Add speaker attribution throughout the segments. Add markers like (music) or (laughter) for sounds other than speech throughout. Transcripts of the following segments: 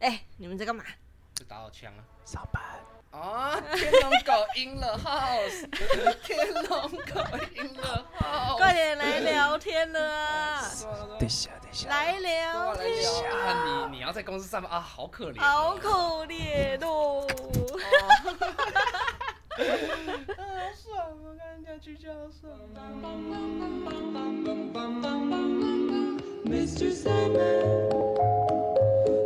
Speaker 1: 哎、你们在干嘛？
Speaker 2: 就打到枪啊！
Speaker 3: 上班。
Speaker 2: 啊！天龙狗 in the house，天龙狗 in the house，
Speaker 1: 快点来聊天了
Speaker 4: (laughs)
Speaker 1: 啊！
Speaker 3: 等
Speaker 2: 对
Speaker 3: 一下，等一
Speaker 4: 啊
Speaker 3: 下。
Speaker 1: 来聊
Speaker 2: 我来
Speaker 1: 天，
Speaker 2: 聊啊！你你要在公司上班啊，好可怜、
Speaker 1: 好可怜哦。
Speaker 2: 啊，爽啊！跟人家去叫爽啊！
Speaker 5: Mr. Sandman,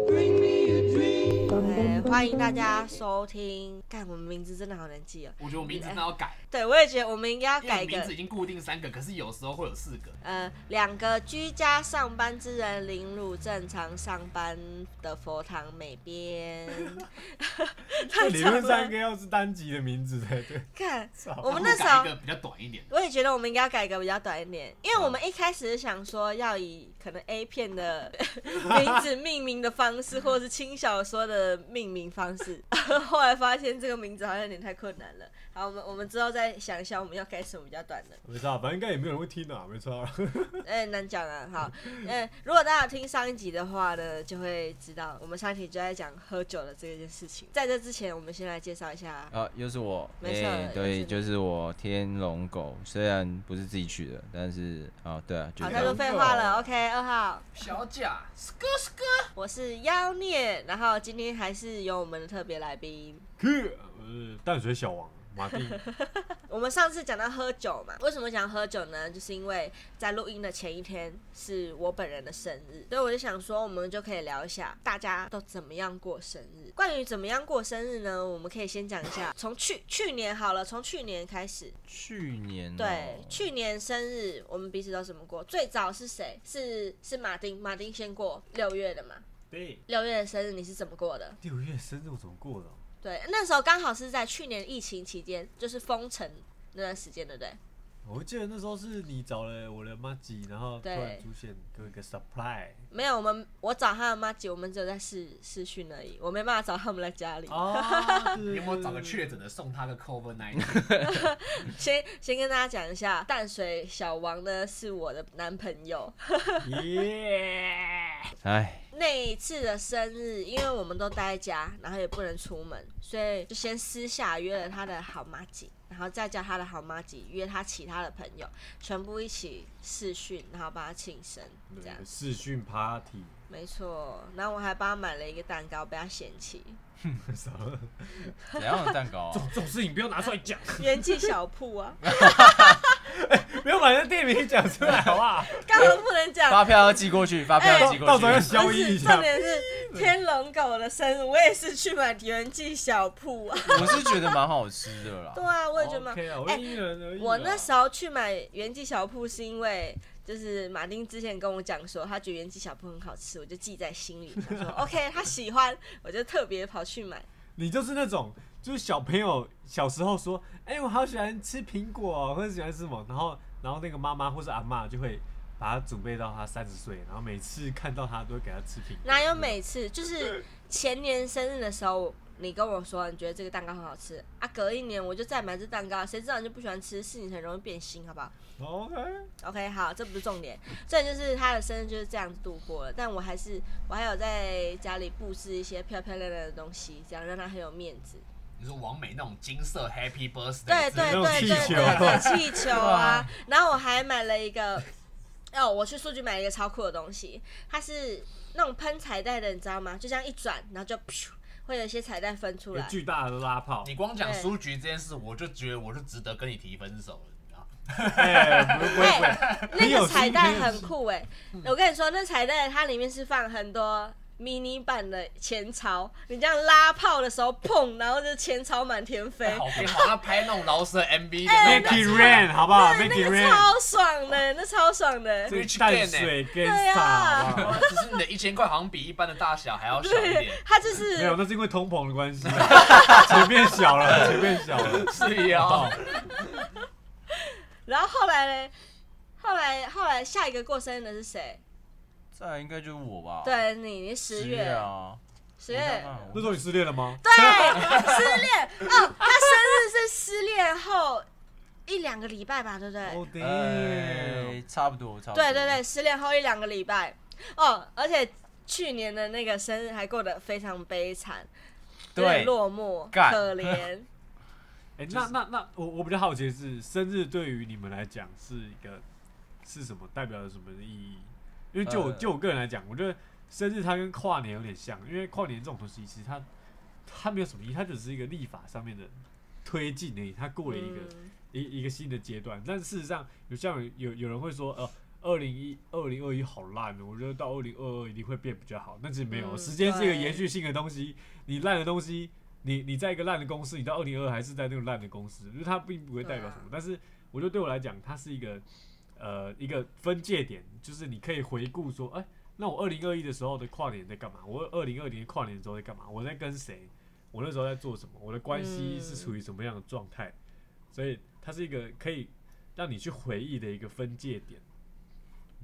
Speaker 5: bring me a dream.
Speaker 1: 对，欢迎大家收听。干，我们名字真的好难记哦。
Speaker 3: 我觉得我名字真的要改，
Speaker 1: 对，我也觉得我们应该要
Speaker 3: 因为
Speaker 1: 改
Speaker 3: 我
Speaker 1: 一
Speaker 3: 名字
Speaker 1: 个
Speaker 3: 已，经固定三个，可是有时候会有四个。
Speaker 1: 呃，两个居家上班之人凌辱正常上班的佛堂美编。太
Speaker 4: 理
Speaker 1: 长
Speaker 4: 论上应
Speaker 1: 了。
Speaker 4: 该要是单集的名字才对。
Speaker 1: (laughs) 看，
Speaker 4: 操
Speaker 1: 我们那时
Speaker 3: 改一
Speaker 1: 候
Speaker 3: 个比较短一点的，
Speaker 1: 我也觉得我们应该要改一个比较短一点，因为我们一开始是想说要以可能 A 片的名字命名的方式，或者是轻小说的命名方式， (laughs) 后来发现这个名字好像有点太困难了。好，我们我们之后再想一下我们要改什么比较短的，
Speaker 4: 我不知道，反正应该也没有人会听啊，没错、 (laughs) 啊。
Speaker 1: 哎、难讲啊。好，嗯、如果大家有听上一集的话呢，就会知道我们上一集就在讲喝酒的这件事情。在这之前，我们先来介绍一下
Speaker 6: 啊，又是我，
Speaker 1: 没事
Speaker 6: 哎
Speaker 1: 又是
Speaker 6: 对，
Speaker 1: 你
Speaker 6: 就是我天龙狗，虽然不是自己取的，但是啊，对啊，就
Speaker 1: 好，
Speaker 6: 这
Speaker 1: 太多
Speaker 6: 样。
Speaker 1: 废话了。OK，二号。
Speaker 2: 小贾，
Speaker 1: 我是妖孽，然后今天还是有我们的特别来宾。
Speaker 4: 去，呃，淡水小王马丁，
Speaker 1: 我们上次讲到喝酒嘛，为什么讲喝酒呢？就是因为在录音的前一天是我本人的生日，所以我就想说，我们就可以聊一下大家都怎么样过生日。关于怎么样过生日呢，我们可以先讲一下，从去去年好了，从去年开始，
Speaker 6: 去年哦
Speaker 1: 对，去年生日我们彼此都怎么过？最早是谁？是是马丁，马丁先过六月的嘛？
Speaker 4: 对，
Speaker 1: 六月的生日你是怎么过的？
Speaker 4: (laughs) 六月生日我怎么过的哦？
Speaker 1: 对，那时候刚好是在去年疫情期间，就是封城那段时间，对不对？
Speaker 4: 我记得那时候是你找了我的妈吉，然后突
Speaker 1: 对
Speaker 4: 然出现给我一个 surprise。
Speaker 1: 没有，我们我找他的妈姐，我们只有在视视讯而已，我没办法找他们来家里。
Speaker 4: 啊，
Speaker 3: 你
Speaker 4: 对
Speaker 3: 有没有找
Speaker 1: (laughs)
Speaker 3: 个？
Speaker 4: 对对
Speaker 3: 确诊的送他个 COVID nineteen？
Speaker 1: 先先跟大家讲一下，淡水小王呢是我的男朋友，
Speaker 4: 对耶！
Speaker 6: 哎，
Speaker 1: 那一次的生日，因为我们都待在家，然后也不能出门，所以就先私下约了他的好妈吉，然后再叫他的好妈吉约他其他的朋友，全部一起视讯，然后帮他庆生，这样
Speaker 4: 对视讯 (laughs) party，
Speaker 1: 没错，然后我还帮他买了一个蛋糕，被他嫌弃，
Speaker 4: 什么？
Speaker 6: 怎样的蛋糕
Speaker 1: (laughs)
Speaker 6: 啊？
Speaker 4: 这种事情不要拿出来 (laughs) 讲，
Speaker 1: 元气小铺啊，
Speaker 4: 不要把人家店名讲出来，好不 (laughs) 好？
Speaker 1: 干嘛不能讲？
Speaker 6: 发票要寄过去，发票要
Speaker 1: 哎
Speaker 4: 到
Speaker 6: 寄过
Speaker 4: 到时候要
Speaker 6: 去。
Speaker 4: 消
Speaker 1: 不
Speaker 4: 音
Speaker 1: 是，
Speaker 4: 一下
Speaker 1: 重。点是 (laughs) 天龙狗的生日，我也是去买元气小铺
Speaker 6: (laughs)
Speaker 1: 啊。
Speaker 6: 我是觉得蛮好吃的啦
Speaker 1: 对。啊，我也觉得蛮。
Speaker 4: OK 啊，
Speaker 1: 哎
Speaker 4: 我因人而异啊。
Speaker 1: 我那时候去买元气小铺是因为。就是马丁之前跟我讲说，他觉得元气小铺很好吃，我就记在心里，想说 (laughs) OK，他喜欢，我就特别跑去买。
Speaker 4: 你就是那种，就是小朋友小时候说，哎、我好喜欢吃苹果、哦，或者喜欢吃什么，然后然后那个妈妈或是阿嬷就会把它准备到他三十岁，然后每次看到他都会给他吃苹果。
Speaker 1: 哪有每次？就是前年生日的时候，你跟我说你觉得这个蛋糕很好吃啊，隔一年我就再买这蛋糕，谁知道你就不喜欢吃，是你很容易变心，好不好
Speaker 4: 哦 OK，
Speaker 1: ？OK，好，这不是重点，重点就是他的生日就是这样度过了。但我还是我还有在家里布置一些漂漂亮亮的东西，这样让他很有面子。
Speaker 3: 你说王美那种金色 Happy Birthday？
Speaker 1: 对对
Speaker 4: 哎那种
Speaker 1: 对对
Speaker 4: 气
Speaker 1: 对
Speaker 4: 球
Speaker 1: 对，
Speaker 4: (laughs)
Speaker 1: 气球啊， (laughs) 然后我还买了一个，哦，我去数据买了一个超酷的东西，它是那种喷彩带的，你知道吗？就这样一转，然后就噗，会有一些彩带分出
Speaker 4: 有
Speaker 1: 来。
Speaker 4: 巨大的拉炮，
Speaker 3: 你光讲
Speaker 1: 对
Speaker 3: 书局这件事，我就觉得我就值得跟你提分手了，你知道吗？
Speaker 4: (laughs) 哎、不不会
Speaker 1: (laughs)
Speaker 4: 不会，
Speaker 1: 那
Speaker 4: 很有
Speaker 1: 个
Speaker 4: 趣
Speaker 1: 彩带
Speaker 4: 很有
Speaker 1: 很酷哎、我跟你说，那彩带它里面是放很多。迷你版的前朝，你这样拉炮的时候砰，然后就前朝满天飞，
Speaker 4: 哎
Speaker 3: 好变好像拍那种饶舌 MV 的那种
Speaker 4: make
Speaker 3: 感
Speaker 4: it
Speaker 3: 觉。
Speaker 4: rain 好不好？make
Speaker 1: 那
Speaker 4: it
Speaker 1: 个
Speaker 4: rain，
Speaker 1: 超爽的，那超爽的。
Speaker 4: 这
Speaker 3: Rich
Speaker 4: 个淡水跟
Speaker 1: 对啊
Speaker 4: 傻好不好？
Speaker 3: 只是你的一千块好像比一般的大小还要小一
Speaker 1: 对
Speaker 3: 点。，
Speaker 1: (laughs) 它就是
Speaker 4: 没有，那是因为通膨的关系， (laughs) 前面小了，前面小了。
Speaker 3: 是啊呀，
Speaker 1: 然后后来嘞，后来后来下一个过生日的是谁？
Speaker 6: 再来应该就是我吧。，
Speaker 1: 对你，你十月，
Speaker 6: 啊，
Speaker 1: 十月，
Speaker 4: 那时候你失恋了吗？
Speaker 1: 对，失恋哦，他生日是失恋后一两个礼拜吧，对不对？
Speaker 4: 哦，对，
Speaker 6: 哎，差不多，差不多。
Speaker 1: 对对对，，失恋后一两个礼拜哦，而且去年的那个生日还过得非常悲惨，有
Speaker 3: 对
Speaker 1: 点落寞，
Speaker 3: 干
Speaker 1: 可怜。
Speaker 4: 哎、那那那我我比较好奇的是，生日对于你们来讲是一个是什么，代表了什么意义？因为就我、
Speaker 6: 呃
Speaker 4: 就我个人来讲，我觉得生日它跟跨年有点像，因为跨年这种东西其实它它没有什么意义，它只是一个立法上面的推进而已，它过了一个、
Speaker 1: 嗯
Speaker 4: 一一个新的阶段。但事实上，有像有有人会说，呃，二零一二零二一好烂哦，我觉得到二零二二一定会变比较好。但其实没有，
Speaker 1: 嗯
Speaker 4: 时间是一个
Speaker 1: 对
Speaker 4: 延续性的东西，你烂的东西，你你在一个烂的公司，你到二零二还是在那个烂的公司，就是它并不会代表什么。
Speaker 1: 对啊
Speaker 4: 但是我觉得对我来讲，它是一个呃一个分界点，就是你可以回顾说，哎、那我二零二一的时候的跨年在干嘛？我二零二零跨年的时候在干嘛？我在跟谁？我那时候在做什么？我的关系是
Speaker 1: 嗯
Speaker 4: 处于什么样的状态？所以它是一个可以让你去回忆的一个分界点。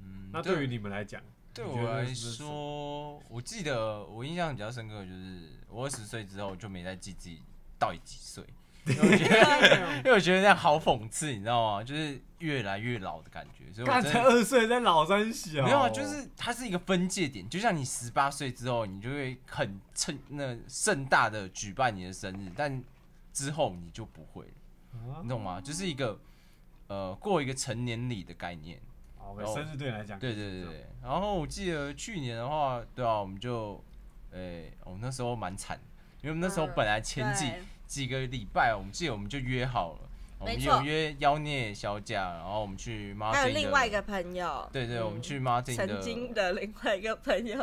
Speaker 6: 嗯
Speaker 4: 那对于你们来讲，
Speaker 6: 对
Speaker 4: 你
Speaker 6: 我
Speaker 4: 觉得
Speaker 6: 来
Speaker 4: 是不是
Speaker 6: 说，我记得我印象比较深刻的就是我二十岁之后就没再记自己到底几岁，
Speaker 4: (laughs)
Speaker 6: 因为我觉得因为我觉得那样好讽刺，你知道吗？就是越来越老的感觉，所以我
Speaker 4: 干
Speaker 6: 真
Speaker 4: 才
Speaker 6: 的。
Speaker 4: 二岁在老三小，哦
Speaker 6: 没有啊，就是它是一个分界点，就像你十八岁之后，你就会很盛那盛大的举办你的生日，但之后你就不会了，
Speaker 4: 啊
Speaker 6: 你懂吗？就是一个呃过一个成年礼的概念。
Speaker 4: 好，OK，生日对你来讲，
Speaker 6: 哦对对对对。然后我记得去年的话，对啊，我们就，诶、我们那时候蛮惨的，因为我们那时候
Speaker 1: 嗯
Speaker 6: 本来前几、
Speaker 1: 对
Speaker 6: 几个礼拜，我们记得我们就约好了，哦我
Speaker 1: 没
Speaker 6: 们
Speaker 1: 错
Speaker 6: 有约妖孽小贾，然后我们去 Martin
Speaker 1: 还有
Speaker 6: 的
Speaker 1: 另外一个，朋友，
Speaker 6: 对对，我们
Speaker 1: 嗯
Speaker 6: 去 Martin 的，
Speaker 1: 曾经的另外一个朋友，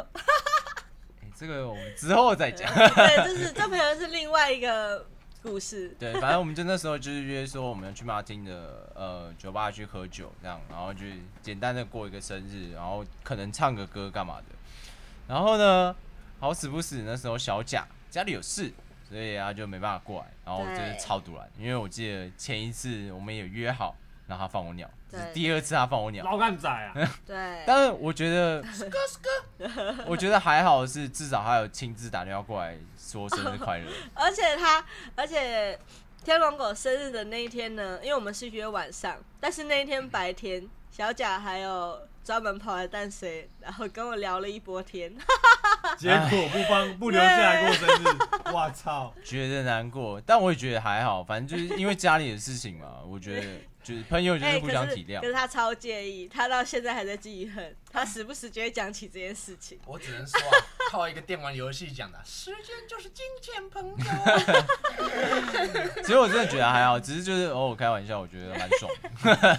Speaker 6: 诶这个我们之后再讲。
Speaker 1: 对，就是这朋友是另外一个故事。
Speaker 6: 对，反正我们就那时候就是约说我们要去马丁的呃酒吧去喝酒这样，然后就简单的过一个生日，然后可能唱个歌干嘛的。然后呢，好死不死那时候小贾家里有事，所以他就没办法过来，然后我就是
Speaker 1: 对
Speaker 6: 超突然，因为我记得前一次我们也约好，然后他放我鸟，这
Speaker 1: 对
Speaker 6: 是第二次他放我鸟，
Speaker 4: 老干仔啊，
Speaker 6: (laughs)
Speaker 1: 对，
Speaker 6: 但是我觉得， (laughs) 我觉得还好是至少他有亲自打电话过来说生日快乐，
Speaker 1: 而且他，而且天龙狗生日的那一天呢，因为我们是约晚上，但是那一天白天，小贾还有专门跑来淡水，然后跟我聊了一波天。
Speaker 4: 结果不帮不留下来过生日，哇操！
Speaker 6: 觉得难过，但我也觉得还好，反正就是因为家里的事情
Speaker 1: (laughs)
Speaker 6: 嘛，我觉得就是朋友 (laughs) 就是
Speaker 1: 哎
Speaker 6: 互
Speaker 1: 可
Speaker 6: 相
Speaker 1: 是
Speaker 6: 体谅
Speaker 1: 可。是他超介意，他到现在还在记恨，他时不时就会讲起这件事
Speaker 6: (laughs)
Speaker 1: 情。
Speaker 3: 我只能说、啊，靠一个电玩游戏讲的，啊时间就是金钱，朋友。
Speaker 6: 其实我真的觉得还好，只是就是偶尔开玩笑，我觉得蛮
Speaker 1: (laughs)
Speaker 6: 爽的。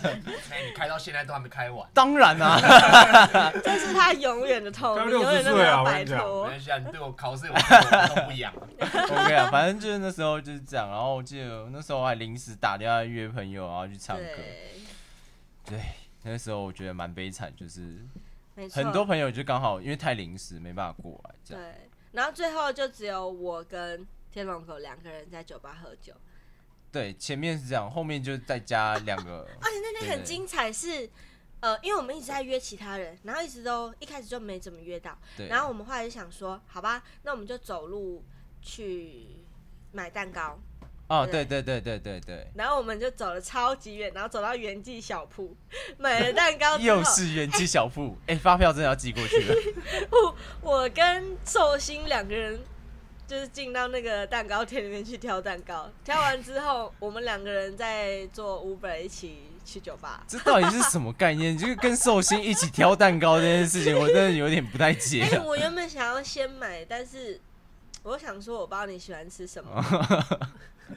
Speaker 3: 哎、你开到现在都还没开完，
Speaker 6: 当然啊啦、
Speaker 1: 这是他永远的痛，
Speaker 4: 他
Speaker 1: 你
Speaker 4: 60
Speaker 1: 永远都
Speaker 4: 岁
Speaker 1: 没
Speaker 4: 啊
Speaker 1: 有
Speaker 4: 我跟
Speaker 1: 摆
Speaker 4: 你讲
Speaker 1: 脱
Speaker 3: 没。关系啊，你对我考试我我都不养。
Speaker 6: ，OK 啊，反正就是那时候就是这样。然后我记得那时候还临时打电话约朋友，然后去唱歌。
Speaker 1: 对，
Speaker 6: 对，那时候我觉得蛮悲惨，就是
Speaker 1: 没错。
Speaker 6: 很多朋友就刚好因为太临时没办法过来，这样。
Speaker 1: 对，然后最后就只有我跟天龙狗两个人在酒吧喝酒。
Speaker 6: 对，前面是这样，后面就再加两个。
Speaker 1: 而且那天很
Speaker 6: 对
Speaker 1: 精彩是，呃，因为我们一直在约其他人，然后一直都一开始就没怎么约到，
Speaker 6: 对，
Speaker 1: (laughs) 然后我们后来就想说，好吧，那我们就走路去买蛋糕，
Speaker 6: 哦，对对对对对对，
Speaker 1: 然后我们就走了超级远，然后走到原记小铺买了蛋糕之后
Speaker 6: (laughs) 又，是元气小铺，哎、发票真的要寄过去了。
Speaker 1: 我 (laughs) 我跟寿星两个人。就是进到那个蛋糕店里面去挑蛋糕，挑完之后，我们两个人再坐 Uber 一起去酒
Speaker 6: (laughs)
Speaker 1: 吧。
Speaker 6: 这到底是什么概念？就是跟寿星一起挑蛋糕这件事情，我真的有点不太解
Speaker 1: 哎、
Speaker 6: 啊。
Speaker 1: 我原本想要先买，但是我想说，我不知道你喜欢吃什
Speaker 6: 哎哦
Speaker 1: 么。
Speaker 6: (laughs)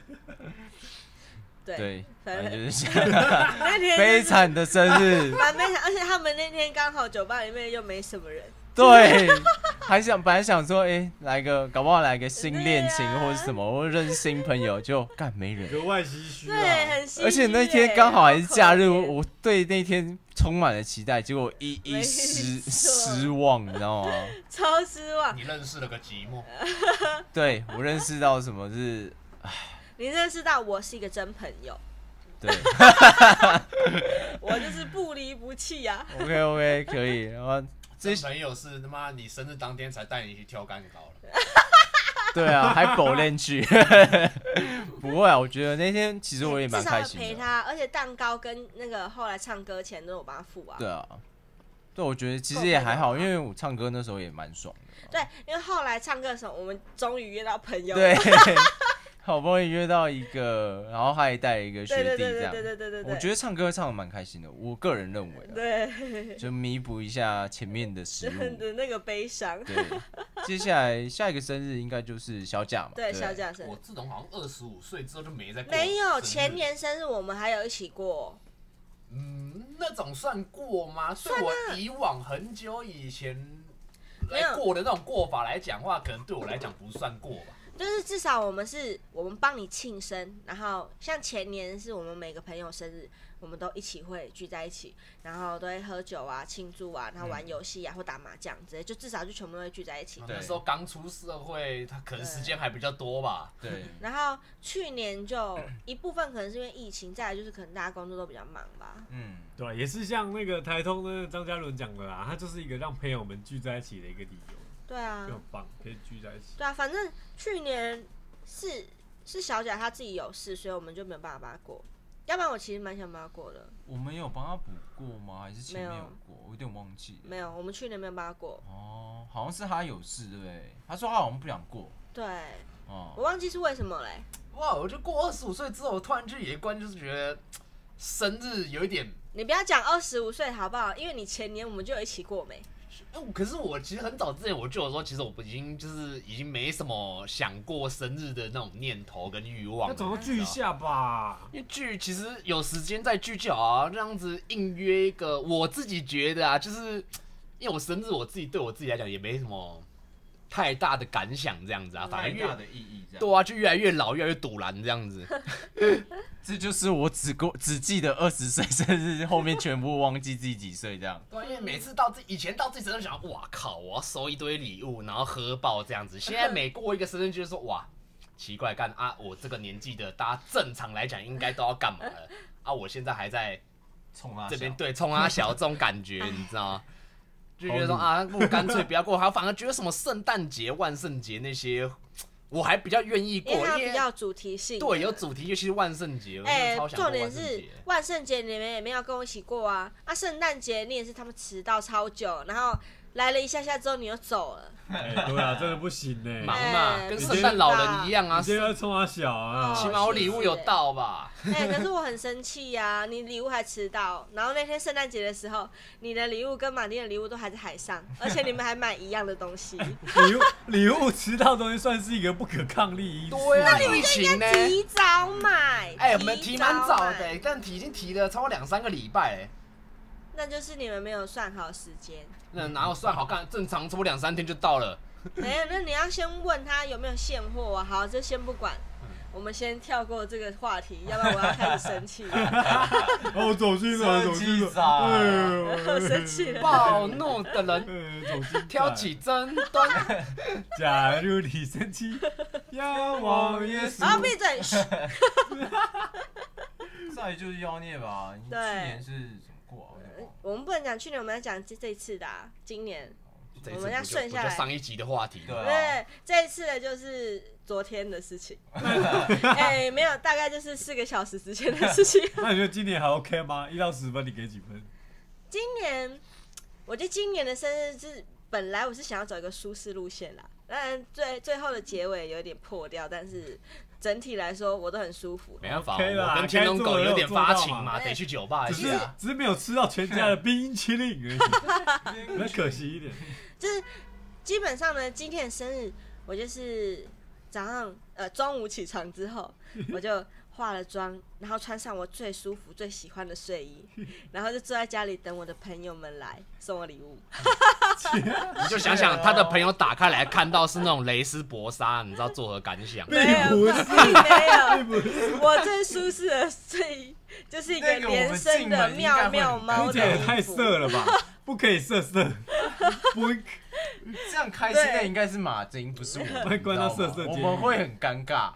Speaker 1: 对，
Speaker 6: 对，
Speaker 1: 反
Speaker 6: 反
Speaker 1: 正
Speaker 6: 正就是
Speaker 1: 那天
Speaker 6: (laughs) 悲
Speaker 1: 悲惨，
Speaker 6: 惨的生日，
Speaker 1: 蛮悲惨，而且他们那天刚好酒吧里面又没什么
Speaker 6: (laughs)
Speaker 1: 人，
Speaker 6: 对，还想本来想说，哎、来个搞不好来个新恋
Speaker 1: 对
Speaker 6: 情
Speaker 1: 啊
Speaker 6: 或者什么，或者认识新朋友，就干没人。
Speaker 4: 格外唏嘘
Speaker 1: 对，
Speaker 4: 啊！
Speaker 1: 很稀奇耶
Speaker 6: 而且那天刚好还是假日，
Speaker 1: 好可
Speaker 6: 我
Speaker 1: 怜
Speaker 6: 我对那天充满了期待，结果一一
Speaker 1: 没
Speaker 6: 失
Speaker 1: 错
Speaker 6: 失望，你知道吗？
Speaker 1: 超失望
Speaker 3: 你。认识了个寂寞，
Speaker 6: 对我认识到什么是，
Speaker 1: 你认识到我是一个真朋友，
Speaker 6: 对。
Speaker 1: 我就是不离不弃啊呀、
Speaker 6: OK OK，可以。然后这
Speaker 3: 这朋友是他妈你生日当天才带你去挑蛋糕了，
Speaker 6: 对啊，还狗链 (laughs) 去，不会啊。我觉得那天其实我也蛮
Speaker 1: 至少
Speaker 6: 开
Speaker 1: 要
Speaker 6: 心
Speaker 1: 陪
Speaker 6: 的。
Speaker 1: 他，而且蛋糕跟那个后来唱歌钱都我帮他付啊。
Speaker 6: 对啊，对，我觉得其实也还好，因为我唱歌那时候也蛮爽的。
Speaker 1: 对，因为后来唱歌的时候，我们终于约到朋友了，
Speaker 6: 对， (laughs) 好不容易约到一个，然后他也带了一个学
Speaker 1: 对对
Speaker 6: 弟这
Speaker 1: 对
Speaker 6: 样
Speaker 1: 对。对对对对，
Speaker 6: 我觉得唱歌唱的蛮开心的，我个人认为啊，
Speaker 1: 对，
Speaker 6: 就弥补一下前面的失
Speaker 1: 真
Speaker 6: 误。
Speaker 1: 的那个悲伤，
Speaker 6: 对，接下来下一个生日应该就是小贾嘛。
Speaker 1: 对，
Speaker 6: 不
Speaker 1: 小。贾生
Speaker 3: 我自从好像二十五岁之后就没再过
Speaker 1: 没有
Speaker 3: 生日
Speaker 1: 前，年生日我们还有一起过，
Speaker 3: 嗯，那种算过吗？对我以往很久以前
Speaker 1: 啊没有
Speaker 3: 来过的那种过法来讲话，可能对我来讲不算过吧。
Speaker 1: 就是至少我们是我们帮你庆生，然后像前年是我们每个朋友生日，我们都一起会聚在一起，然后都会喝酒啊、庆祝啊，然后玩游戏啊、或打麻将之类，就至少就全部都会聚在一起。
Speaker 6: 对
Speaker 3: 那时候刚出社会，他可能时间还比较多吧。
Speaker 6: 对，
Speaker 1: 然后去年就一部分可能是因为疫情，再来就是可能大家工作都比较忙吧。
Speaker 6: 嗯，
Speaker 4: 对啊，也是像那个台通的张嘉伦讲的啦，他就是一个让朋友们聚在一起的一个理由，
Speaker 1: 对啊
Speaker 4: 就，很棒，可以聚在一起。
Speaker 1: 对啊，反正去年是是小贾他自己有事，所以我们就没有办法帮他过。要不然我其实蛮想帮他过的，
Speaker 6: 我们有帮他补过吗？还是前面
Speaker 1: 没有
Speaker 6: 有过？我有点忘记了。
Speaker 1: 没有，我们去年没有帮他过。
Speaker 6: 哦，好像是他有事对不对？他说他好像不想过。
Speaker 1: 对，我
Speaker 6: 哦，
Speaker 1: 忘记是为什么嘞。
Speaker 3: 哇，我就过二十五岁之后，我突然就有一关就是觉得生日有一点
Speaker 1: 你不要讲二十五岁好不好？因为你前年我们就有一起过没？
Speaker 3: 哎可是我其实很早之前我就有说，其实我已经就是已经没什么想过生日的那种念头跟欲望了。
Speaker 4: 那总要聚一下吧。
Speaker 3: 因为聚其实有时间再聚就好啊，这样子硬约一个，我自己觉得啊，就是因为我生日，我自己对我自己来讲也没什么太大的感想，这样子啊，反而
Speaker 6: 蛮
Speaker 3: 越
Speaker 6: 大的意义这样。
Speaker 3: 对啊，就越来越老，越来越堵然这样子。
Speaker 6: 这就是我只过只记得二十岁生日，后面全部忘记自己几岁这样。
Speaker 3: 对啊，因为每次到自以前到自己生日想，哇靠，我要收一堆礼物，然后喝爆这样子。现在每过一个生日就是说，哇，奇怪干啊，我这个年纪的，大家正常来讲应该都要干嘛了啊？我现在还在
Speaker 6: 冲他
Speaker 3: 这边
Speaker 6: 笑
Speaker 3: 对冲啊小这种感觉，你知道吗？就觉得说
Speaker 4: 好
Speaker 3: 啊，不如干脆不要过，还反而觉得什么圣诞节、万圣节那些，我还比较愿意过，
Speaker 1: 因为它
Speaker 3: 因
Speaker 1: 比
Speaker 3: 为
Speaker 1: 较有主题性。
Speaker 3: 对有。主题，尤其是万圣节，我真
Speaker 1: 哎、
Speaker 3: 的超想过
Speaker 1: 重点
Speaker 3: 万圣
Speaker 1: 是
Speaker 3: 节。
Speaker 1: 万圣节你们也没有跟我一起过啊！啊，圣诞节你也是他们迟到超久，然后来了一下下之后你又走了。
Speaker 4: 哎，对啊，真的不行呢。
Speaker 3: 忙
Speaker 4: 你
Speaker 3: 嘛，
Speaker 1: 哎
Speaker 3: 跟圣诞老人一样啊，
Speaker 4: 这要冲他小啊！
Speaker 3: 起码我礼物有到吧？
Speaker 1: 哎、可是我很生气呀、你礼物还迟到，然后那天圣诞节的时候，你的礼物跟马丁的礼物都还在海上，而且你们还买一样的东
Speaker 3: (laughs)
Speaker 1: 西，
Speaker 4: 礼物礼物迟到的东西算是一个不可抗力因素。
Speaker 3: 对啊，疫情呢？
Speaker 1: 提早买。
Speaker 3: 哎，我们提蛮
Speaker 1: 早
Speaker 3: 早的、欸
Speaker 1: 买
Speaker 3: 但提已经提了超过两三个礼拜、欸，
Speaker 1: 那就是你们没有算好时间。
Speaker 3: 那哪有算好看？正常差不多两三天就到了。
Speaker 1: (laughs) 没哎有，那你要先问他有没有现货啊？好，这先不管，我们先跳过这个话题，要不然我要开始生气了，
Speaker 4: 哦，走心了，走心
Speaker 6: 设计
Speaker 4: 了，
Speaker 6: 展
Speaker 4: 哎呦
Speaker 1: 我生气了。
Speaker 3: 暴怒的人
Speaker 4: 呃，走心展
Speaker 3: 挑起争
Speaker 1: (laughs)
Speaker 3: 端，
Speaker 4: 假如你生气，要往耶稣。
Speaker 1: 好，闭嘴！嘘
Speaker 6: 再来就是妖孽吧。你去
Speaker 1: 对
Speaker 6: 年是怎么过啊？我有点忘了
Speaker 1: 我们不能讲去年，我们要讲这这一次的、啊，今年。
Speaker 3: 这一次
Speaker 1: 我们要
Speaker 3: 不就
Speaker 1: 顺下来
Speaker 3: 不就上一集的话题，
Speaker 6: 对啊
Speaker 1: 对，这一次的就是昨天的事情。哎、没有，大概就是四个小时之前的事情。 (laughs)
Speaker 4: 那你觉得今年还 OK 吗？一到十分，你给几分？
Speaker 1: 今年，我觉得今年的生日是本来我是想要走一个舒适路线啦，当然最最后的结尾有点破掉，但是整体来说我都很舒服。
Speaker 3: 没办法，
Speaker 4: OK 啦
Speaker 3: 我跟天龙狗有点发情
Speaker 1: 该做的有做到嘛
Speaker 3: 嘛，得去酒吧一
Speaker 4: 只是
Speaker 3: 下。
Speaker 4: 只是没有吃到全家的冰淇
Speaker 1: (laughs)
Speaker 4: 淋而已，比较可惜一点。
Speaker 1: 就是基本上呢，今天的生日我就是早上呃中午起床之后，我就化了妆，然后穿上我最舒服、最喜欢的睡
Speaker 6: (laughs)
Speaker 1: 衣，然后就坐在家里等我的朋友们来送我礼
Speaker 4: (laughs)
Speaker 1: 物。
Speaker 3: 你就想想他的朋友打开来看到是那种蕾丝薄纱，你知道作何感想？
Speaker 4: 并
Speaker 1: 没有，
Speaker 4: 不是 (laughs)
Speaker 1: 并没有，我最舒适的睡衣就是一个
Speaker 6: 那个我们
Speaker 1: 连身
Speaker 6: 进门
Speaker 1: 的
Speaker 6: 应
Speaker 1: 妙
Speaker 6: 该会
Speaker 1: 妙
Speaker 6: 很
Speaker 1: 猫
Speaker 4: 这
Speaker 1: 的
Speaker 4: 也
Speaker 1: 衣服。
Speaker 4: 太色了吧！不可以色色， (laughs) 不
Speaker 6: 这样开心的
Speaker 1: 对
Speaker 6: 应该是马丁，不是
Speaker 4: (laughs)
Speaker 6: 我们。
Speaker 4: 会关到
Speaker 6: 你知道吗
Speaker 4: 色色
Speaker 6: 我
Speaker 4: 监狱
Speaker 6: 们会很尴尬。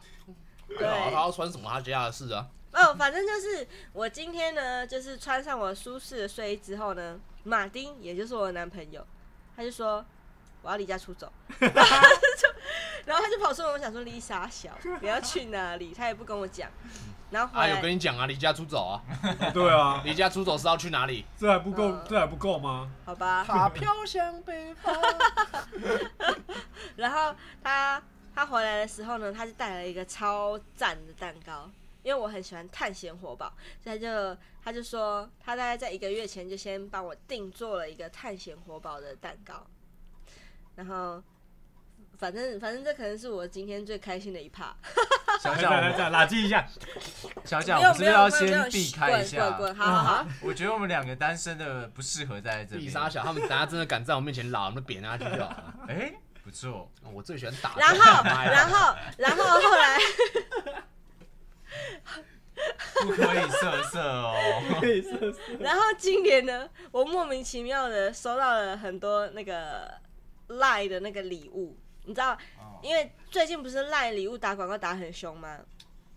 Speaker 1: 对
Speaker 3: 然后啊他要穿什么他家的事啊？
Speaker 1: 哦，反正就是我今天呢，就是穿上我舒适的睡衣之后呢，马丁也就是 (laughs) 我的男朋友，他就说我要离家出走，然后他就跑说我想说 Lisa 小，你要去哪里？他也不跟我讲，然后
Speaker 3: 啊，
Speaker 1: 回
Speaker 3: 有
Speaker 1: 来
Speaker 3: 跟你讲啊，离家出走啊，
Speaker 4: 对啊，
Speaker 3: 离家出走是要去哪里？
Speaker 4: 这还不够，
Speaker 1: 嗯
Speaker 4: 这还不够吗？
Speaker 1: 好吧，
Speaker 2: 它飘向北方。
Speaker 1: 然后他他回来的时候呢，他就带了一个超赞的蛋糕，因为我很喜欢探险活宝，所以他就他就说他大概在一个月前就先帮我定做了一个探险活宝的蛋糕，然后反正反正这可能是我今天最开心的一趴。
Speaker 6: 想
Speaker 4: 来
Speaker 6: 想我
Speaker 4: 来来，
Speaker 6: 们
Speaker 4: 垃圾一下，
Speaker 6: 想想
Speaker 1: 没
Speaker 6: 我
Speaker 1: 有
Speaker 6: 们是
Speaker 1: 没
Speaker 6: 不
Speaker 1: 有没
Speaker 6: 是要
Speaker 1: 有没有
Speaker 6: 先避
Speaker 1: 嘘
Speaker 6: 开一下
Speaker 1: 滚？滚滚，
Speaker 6: (laughs)
Speaker 1: 好好好，
Speaker 6: 我觉得我们两个单身的不适合待在这
Speaker 3: 丽
Speaker 6: 边。
Speaker 3: 莎小，他们等下真的敢在我面前拉，我们扁下去就好了。
Speaker 6: 哎、不错，
Speaker 3: 我最喜欢打。
Speaker 1: 然
Speaker 6: (laughs)
Speaker 1: 后然后然后后来。
Speaker 6: 不可以色色哦。
Speaker 4: 可以射死。
Speaker 1: (laughs) 然后今年呢，我莫名其妙的收到了很多那个赖的那个礼物，你知道，因为最近不是赖礼物打广告打很凶吗？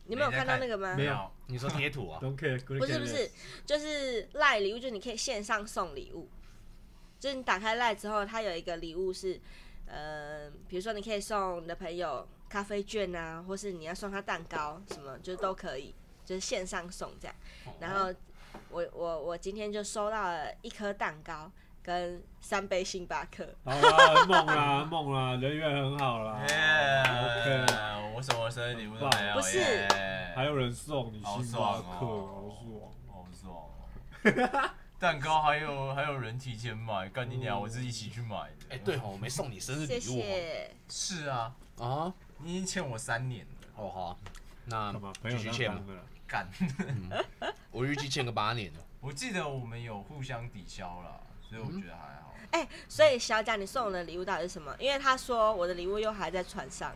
Speaker 1: 你们有
Speaker 6: 没在
Speaker 1: 看到
Speaker 6: 看
Speaker 1: 那个吗？
Speaker 4: (laughs) 没有
Speaker 6: 好
Speaker 3: 你说贴图啊，
Speaker 4: Don't care，
Speaker 1: 不是不是，就是赖礼物，就是你可以线上送礼物，就是你打开赖之后，它有一个礼物是，呃，比如说你可以送你的朋友咖啡券啊，或是你要送他蛋糕什么，就是都可以，就是线上送这样。然后我我我今天就收到了一颗蛋糕跟三杯星巴克，
Speaker 4: 好啦，梦啦梦啦，人缘很好啦。
Speaker 6: 耶
Speaker 4: OK
Speaker 6: 我什么生日礼物都没有。
Speaker 1: 不是
Speaker 6: 耶
Speaker 4: 还有人送你
Speaker 6: 好
Speaker 4: 星
Speaker 6: 爽
Speaker 4: 巴
Speaker 6: 哦
Speaker 4: 克，好爽。
Speaker 6: 好爽哦。蛋糕还有还有人提前买，干你
Speaker 1: 嗯
Speaker 6: 娘！我是一起去买的。
Speaker 3: 哎，对哦，我没送你生日
Speaker 1: 谢
Speaker 3: 礼物哦
Speaker 1: 谢。
Speaker 6: 是啊，
Speaker 3: 哦。啊，
Speaker 6: 你已经欠我三年了，
Speaker 3: 哦好啊，那
Speaker 4: 干嘛？朋友
Speaker 3: 继续欠
Speaker 4: 当
Speaker 3: 嘛
Speaker 4: 当，的啦。
Speaker 6: 干。 (laughs)
Speaker 3: 我预计欠个八年了。
Speaker 6: 我记得我们有互相抵消了，所以我觉得还好。
Speaker 1: 哎、所以小贾，你送我的礼物到底是什么？因为他说我的礼物又还在船上。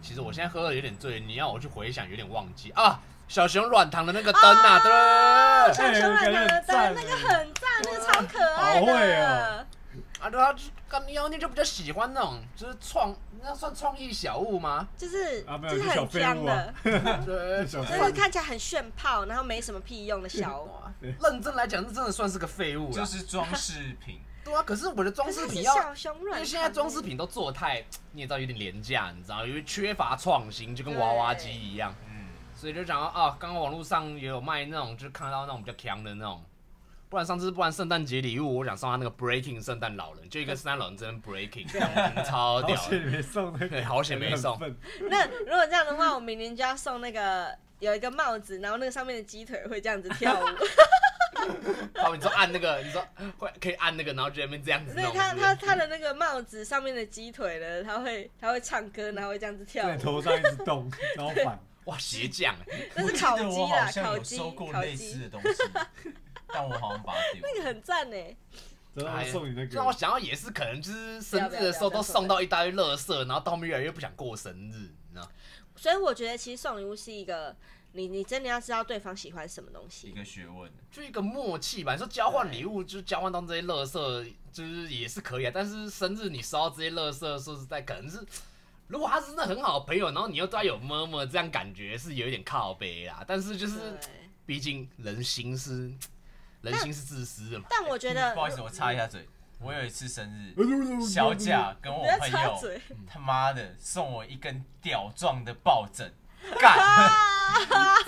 Speaker 3: 其实我现在喝的有点醉，你要我去回想，有点忘记啊。小熊软糖的那个灯
Speaker 1: 哦
Speaker 3: 啊，
Speaker 1: (laughs)
Speaker 3: 对不对？
Speaker 1: 小熊软
Speaker 4: 哎
Speaker 1: 糖的灯，
Speaker 4: 我感觉很赞
Speaker 1: 那个很赞，那个超可爱
Speaker 4: 好会哦
Speaker 1: 的。
Speaker 3: 啊，对啊，干你妖孽就比较喜欢那种，就是创，那算创意小物
Speaker 6: (laughs)
Speaker 3: 吗？
Speaker 1: 就是
Speaker 4: 啊没
Speaker 1: 就
Speaker 4: 有
Speaker 1: 是
Speaker 4: 就小
Speaker 1: 很
Speaker 4: 废
Speaker 1: 僵
Speaker 4: 物啊
Speaker 1: 的，
Speaker 3: 对，
Speaker 4: 小
Speaker 1: (laughs) 就
Speaker 4: 熊
Speaker 1: 是看起来很炫炮，然后没什么屁用的小物。
Speaker 3: 嗯认真来讲，这真的算是个废物
Speaker 6: 就
Speaker 3: 了。
Speaker 6: 是装饰
Speaker 1: (laughs)
Speaker 6: 品，
Speaker 3: 对啊，可是我的装
Speaker 1: 可
Speaker 3: 饰
Speaker 1: 是它
Speaker 3: 品
Speaker 1: 是
Speaker 3: 要，
Speaker 1: 小熊
Speaker 3: 因
Speaker 1: 软欸
Speaker 3: 为
Speaker 1: 糖，
Speaker 3: 现在装饰品都做得太，你也知道有点廉价，你知道，因为缺乏创新，就跟娃娃机一样，
Speaker 6: 嗯，
Speaker 3: 所以就想到啊，刚刚网络上也有卖那种，就是看到那种比较强的那种。不然上次不然圣诞节礼物，我想送他那个 Breaking 圣诞老人，就一个圣诞老人真的 Breaking，超
Speaker 4: 好
Speaker 3: 屌的。
Speaker 4: 险没送那
Speaker 3: 对
Speaker 4: 个，
Speaker 3: 好险没送
Speaker 4: 很愤
Speaker 1: 那如果这样的话，我明年就要送那个有一个帽子，然后那个上面的鸡腿会这样子跳舞。
Speaker 3: 哦，你说按那个，你说会可以按那个，然后就在那边这样子
Speaker 1: 所以
Speaker 3: 弄。
Speaker 1: 他
Speaker 3: 是不
Speaker 1: 他
Speaker 3: 是
Speaker 1: 他的那个帽子上面的鸡腿呢，他会他会唱歌，然后会这样子跳
Speaker 4: 在
Speaker 1: 舞。
Speaker 4: 头上一直动，然后反。
Speaker 3: 哇鞋匠欸，
Speaker 1: 那
Speaker 6: 我
Speaker 1: 是
Speaker 6: 记
Speaker 1: 烤
Speaker 6: 得
Speaker 1: 鸡
Speaker 6: 我好
Speaker 1: 啦，
Speaker 6: 像
Speaker 1: 烤
Speaker 6: 有
Speaker 1: 鸡
Speaker 6: 收过
Speaker 1: 烤
Speaker 6: 类似
Speaker 1: 鸡，
Speaker 6: 的东西， (laughs) 但我好像把它丢了。
Speaker 1: 那个很赞欸呢。
Speaker 4: 然后送你那
Speaker 3: 就让我
Speaker 4: 个，
Speaker 3: 想到也是可能就是生日的时候都送到一大堆垃圾，然后到后面越来越不想过生日，你知道？
Speaker 1: 所以我觉得其实送礼物是一个，你你真的要知道对方喜欢什么东
Speaker 6: 一
Speaker 1: 西。
Speaker 6: 个学问，
Speaker 3: 就一个默契吧。你说交换礼物，就交换到这些垃圾，就是也是可以啊。但是生日你收到这些垃圾，说实在，可能是如果他是真的很好的朋友，然后你又对他有么么，这样感觉是有一点靠背啦。但是就是，
Speaker 6: 嗯
Speaker 1: 对，
Speaker 3: 毕竟人心是人心是自私的嘛。
Speaker 1: 但我觉得
Speaker 6: 嗯不好意思，我插一下嘴。我有一次生日，小贾跟
Speaker 1: 嗯
Speaker 6: 我
Speaker 1: 不要
Speaker 6: 朋
Speaker 1: 插
Speaker 6: 友
Speaker 1: 嘴。
Speaker 4: 嗯
Speaker 6: 他妈的送我一根屌状的抱枕，干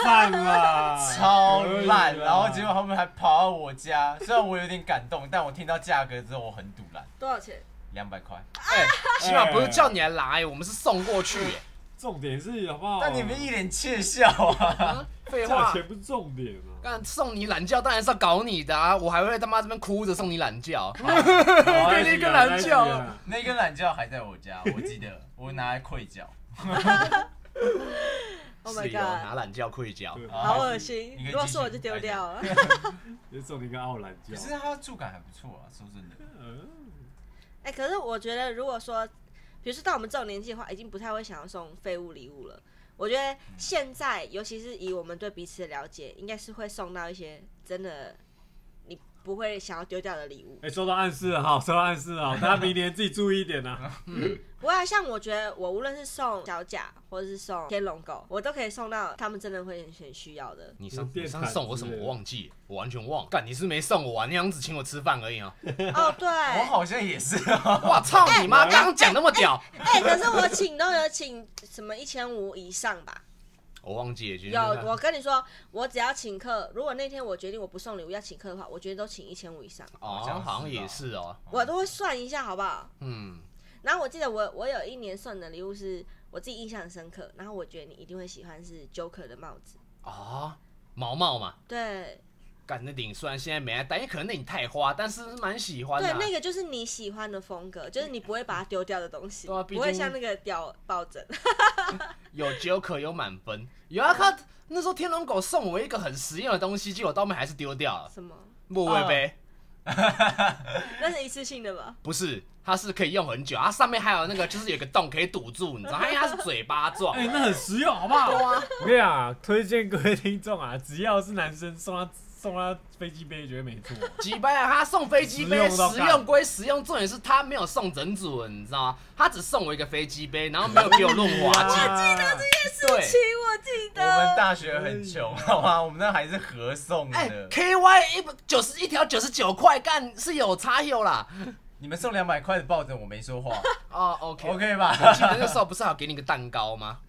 Speaker 4: 赞啊哎啦，
Speaker 6: (laughs) 超烂，
Speaker 4: 哎可以啦
Speaker 6: 然后结果他们还跑到我家，虽然我有点感动，但我听到价格之后我很堵烂，
Speaker 1: 多少钱？
Speaker 6: 两百块。
Speaker 3: 哎、起码不是叫你来来，我们是送过去、哎
Speaker 4: 重点是好不好？
Speaker 6: 但你们一脸窃笑啊！ (laughs)
Speaker 1: (laughs)
Speaker 3: 废
Speaker 4: 价
Speaker 3: 话，
Speaker 4: 钱不是重点
Speaker 3: (laughs)
Speaker 4: 啊。
Speaker 3: 干送你懒觉当然是要搞你的啊！我还会他妈这边哭着送你懒觉，
Speaker 4: 给
Speaker 3: 你一个懒觉
Speaker 6: 那根懒觉还在我家，我记得我拿来愧脚，
Speaker 1: (laughs) Oh my
Speaker 3: (laughs) 是有
Speaker 6: 哦
Speaker 1: god
Speaker 3: 拿懒觉愧疚。
Speaker 4: 对
Speaker 6: 啊
Speaker 1: 好恶心
Speaker 6: 你可以！
Speaker 1: 如果是我
Speaker 6: 继
Speaker 1: 就
Speaker 6: 续
Speaker 1: 丢掉了。
Speaker 4: 就送你一个傲懒觉啊
Speaker 6: 可。是它触感还不错啊，说真的。
Speaker 4: 嗯
Speaker 1: 哎、可是我觉得，如果说，比如说到我们这种年纪的话，已经不太会想要送废物礼物了。我觉得现在，尤其是以我们对彼此的了解，应该是会送到一些真的你不会想要丢掉的礼物。
Speaker 4: 哎、收到暗示了，好，收到暗示了，大家明年自己注意一点呐、
Speaker 1: 不过啊像我觉得，我无论是送小甲或者是送天龙狗，我都可以送到他们真的会很需要的。
Speaker 3: 你上
Speaker 4: 电
Speaker 3: 你
Speaker 4: 台
Speaker 3: 上次送我什么？
Speaker 4: 之类
Speaker 3: 我
Speaker 4: 的
Speaker 3: 忘记了，我完全忘了。干，你是没送我啊？那样子请我吃饭而已啊！ (laughs)
Speaker 1: 哦，对，
Speaker 6: 我好像也是哦。
Speaker 3: 哇操你妈！刚刚讲那么屌，
Speaker 1: 哎、可是我请都有请什么一千五以上吧。
Speaker 3: 我忘记了。今天
Speaker 1: 有
Speaker 3: 就，看
Speaker 1: 我跟你说，我只要请客，如果那天我决定我不送礼物要请客的话，我觉得都请一千五以上，
Speaker 3: 哦，好像也是哦。
Speaker 1: 我都会算一下好不好？
Speaker 3: 嗯，
Speaker 1: 然后我记得我我有一年送你的礼物是我自己印象很深刻，然后我觉得你一定会喜欢是 Joker 的帽子，
Speaker 3: 哦，毛毛嘛，
Speaker 1: 对
Speaker 3: 干那顶虽然现在没来戴，因为可能那顶太花，但是蛮喜欢的
Speaker 1: 对
Speaker 3: 啊。，
Speaker 1: 那个就是你喜欢的风格，就是你不会把它丢掉的东西，
Speaker 3: 对啊毕竟
Speaker 1: 不会像那个掉抱枕。
Speaker 3: 有 Joker 有满分，有啊！看那时候天龙狗送我一个很实用的东西，结果到后面还是丢掉了。
Speaker 1: 啊什么？
Speaker 3: 莫
Speaker 1: 嗯
Speaker 3: 位杯
Speaker 1: 那是一次性的吧？
Speaker 3: 不是，它是可以用很久，它上面还有那个就是有一个洞可以堵住，你知道吗，因为它是嘴巴状
Speaker 4: 哎、。那很实用，好不好？我跟你讲、啊，推荐各位听众啊，只要是男生送他送他飞机杯，绝对没错。
Speaker 3: 几杯啊！他送飞机杯，
Speaker 4: 实用到干
Speaker 3: 实用归实用，重点是他没有送整组，你知道吗？他只送我一个飞机杯，然后没有给我润滑
Speaker 4: (laughs)
Speaker 3: 剂。
Speaker 4: 记得啊这
Speaker 3: 对，啊
Speaker 1: 请我记
Speaker 6: 我们
Speaker 1: 得。
Speaker 6: 大学很穷，好吗？我们那还是合送
Speaker 3: 哎
Speaker 6: 的。
Speaker 3: ，K Y 一九十一条九十九块，干是有差有啦。
Speaker 6: 你们送两百块的抱枕，我没说
Speaker 3: (laughs)
Speaker 6: 话
Speaker 3: 哦，OK
Speaker 6: ，OK
Speaker 3: (laughs)
Speaker 6: 吧？
Speaker 3: 我记得那时候不是还有给你个蛋糕吗？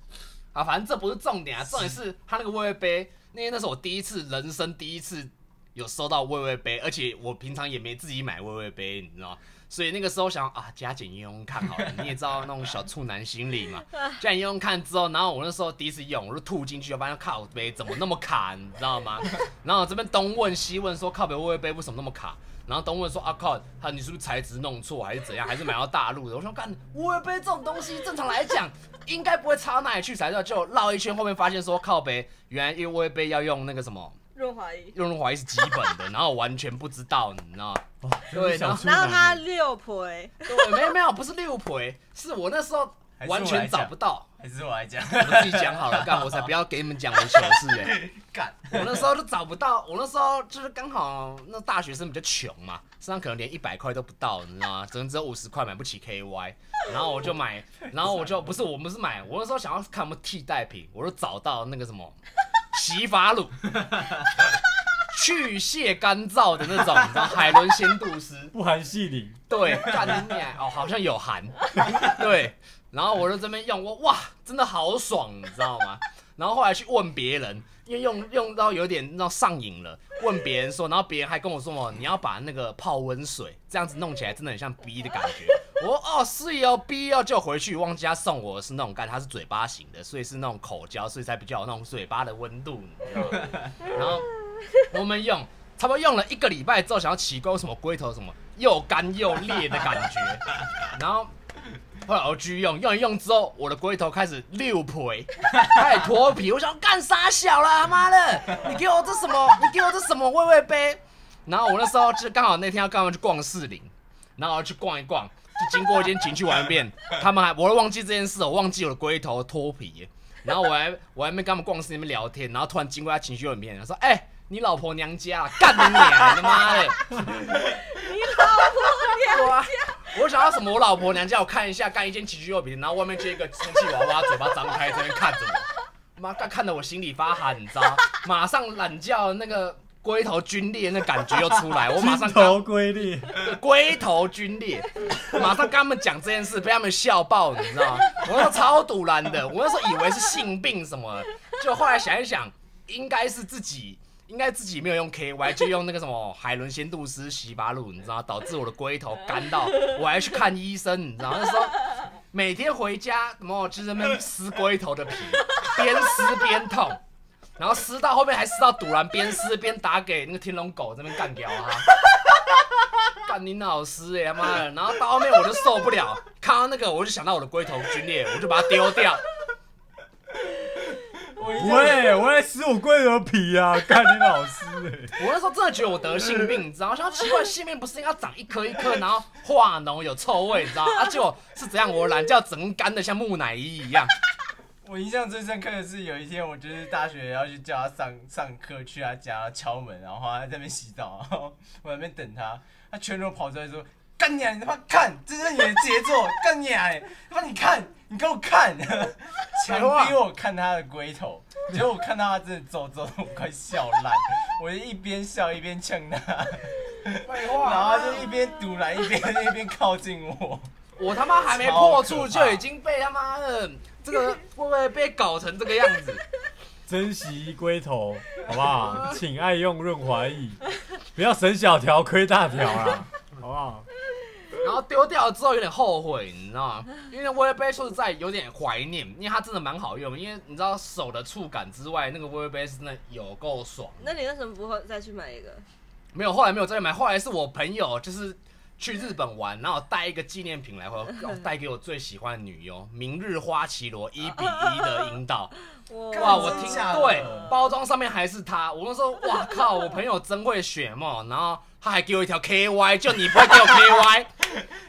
Speaker 3: 啊，反正这不是重点啊，重点是他那个微微杯，那天那是我第一次人生第一次有收到微微杯，而且我平常也没自己买微微杯，你知道吗？所以那个时候想啊，加减用用看好了，你也知道那种小处男心理嘛。加减用用看之后，然后我那时候第一次用，我就吐进去，我发现哦靠杯怎么那么卡，你知道吗？然后我这边东问西问说靠北微微杯为什么那么卡？然后东问说啊靠，他你是不是材质弄错还是怎样，还是买到大陆的？我说干，我也杯这种东西正常来讲应该不会差到哪里去才对，就绕一圈后面发现说靠北，原来因为我也杯要用那个什么
Speaker 1: 润滑液。
Speaker 3: 用润滑液是基本的，然后我完全不知道，你知道吗？
Speaker 4: 哇，
Speaker 3: 对
Speaker 4: 哦真是小处
Speaker 1: 然后他
Speaker 4: 男欸
Speaker 1: 六欸陪，
Speaker 3: (laughs) 对，没有没有，不是六陪，是我那时候
Speaker 6: 还是我
Speaker 3: 完
Speaker 6: 来
Speaker 3: 全找不到，
Speaker 6: 还是我来讲，
Speaker 3: (laughs) 我自己讲好了，干我才不要给你们讲我糗事哎、
Speaker 6: 干。
Speaker 3: (laughs) 我那时候就找不到，我那时候就是刚好那大学生比较穷嘛，身上可能连一百块都不到，你知道吗？只能只有五十块买不起 KY，然后我就 (laughs) 买，然后我就不是我不是买，我那时候想要看有没有替代品，我就找到那个什么洗发乳， (laughs) 去屑干燥的那种，你知道海伦仙度丝。
Speaker 4: 不含细鳞，
Speaker 3: 对，干你娘！哦，好像有含， (laughs) 对。然后我就这边用，我哇，真的好爽，你知道吗？ (laughs) 然后后来去问别人，因为用用到有点那种上瘾了，问别人说，然后别人还跟我说哦，你要把那个泡温水，这样子弄起来真的很像逼的感觉。 (laughs) 我说哦是哦逼哦，就回去忘记他送我的是那种干，它是嘴巴型的，所以是那种口交，所以才比较有那种嘴巴的温度，你知道吗？然后我们用，差不多用了一个礼拜之后，想要起钩什么龟头什么，又干又裂的感觉。然后后来我继续用，用一用之后，我的龟头开始溜皮，开始脱皮。我想干啥小啦，妈的！你给我这什么？你给我这什么喂喂杯？然后我那时候就刚好那天要干嘛去逛士林，然后去逛一逛，就经过一间情趣玩店，他们还我都忘记这件事，我忘记我的龟头脱皮，然后我还我还没跟他们逛市那边聊天，然后突然经过他情绪里面，他说：“哎、你老婆娘家啊干你娘！你妈的！对啊，我想要什么？我老婆娘家，我看一下，干一间情趣用品，然后外面接一个充气娃娃，嘴巴张开这边看着我，妈干看得我心里发寒，你知道吗？马上懒觉那个龟头皲裂那感觉又出来，我马上
Speaker 4: 金头龟裂，
Speaker 3: (laughs) 龟头皲裂，马上跟他们讲这件事，被他们笑爆，你知道吗？我那时候超堵然的，我那时候以为是性病什么的，就后来想一想，应该是自己，应该自己没有用 KY，就用那个什么海伦仙度丝洗发露，你知道吗，导致我的龟头干到，我还去看医生，你知道吗那时候。每天回家，什么就是那边撕龟头的皮，边撕边痛，然后撕到后面还撕到堵然，边撕边打给那个天龙狗这边干掉啊他。 (laughs) 干你老师哎、欸，他妈的！然后到后面我就受不了， (laughs) 看到那个我就想到我的龟头皲裂，我就把它丢掉。 (laughs)
Speaker 4: 喂，我来撕我龟头皮啊！干你老师、欸，
Speaker 3: 我那时候真的觉得我得性病，你知道吗？想说奇怪，性病不是应该长一颗一颗，然后化脓有臭味，你知道吗？啊，结果是怎样？我懒觉整个干的像木乃伊一样。
Speaker 6: 我印象最深刻的是有一天，我就是大学要去叫他上上课，去他家敲门，然后他在那边洗澡，然后我在那边等他，他全裸跑出来说：“干你、啊！你他妈看，这是你的杰作！干你、啊！他妈你看，你给我看！”强逼我看他的龟头，结果我看到他真的皱皱的，我快笑烂，我就一边笑一边呛他，
Speaker 2: 废
Speaker 6: 然后
Speaker 2: 话，
Speaker 6: 他就一边堵来一边一边靠近我。
Speaker 3: 我他妈还没破处就已经被他妈的这个会不会被搞成这个样子？
Speaker 4: 珍惜龟头，好不好？请爱用润滑液，不要省小条亏大条啦，好不好？
Speaker 3: 然后丢掉了之后有点后悔，你知道吗？因为微杯说实在有点怀念，因为它真的蛮好用，因为你知道手的触感之外，那个微杯是真的有够爽。
Speaker 1: 那你为什么不会再去买一个？
Speaker 3: 没有，后来没有再买，后来是我朋友就是去日本玩，然后带一个纪念品来回，哦带给我最喜欢的女优《明日花绮罗》一比一的引导。哇，
Speaker 1: 哇
Speaker 3: 我
Speaker 6: 真
Speaker 3: 听
Speaker 6: 假的
Speaker 3: 对，包装上面还是他，我那时候哇靠，我朋友真会选嘛，然后他还给我一条 KY，就你不会给我 KY，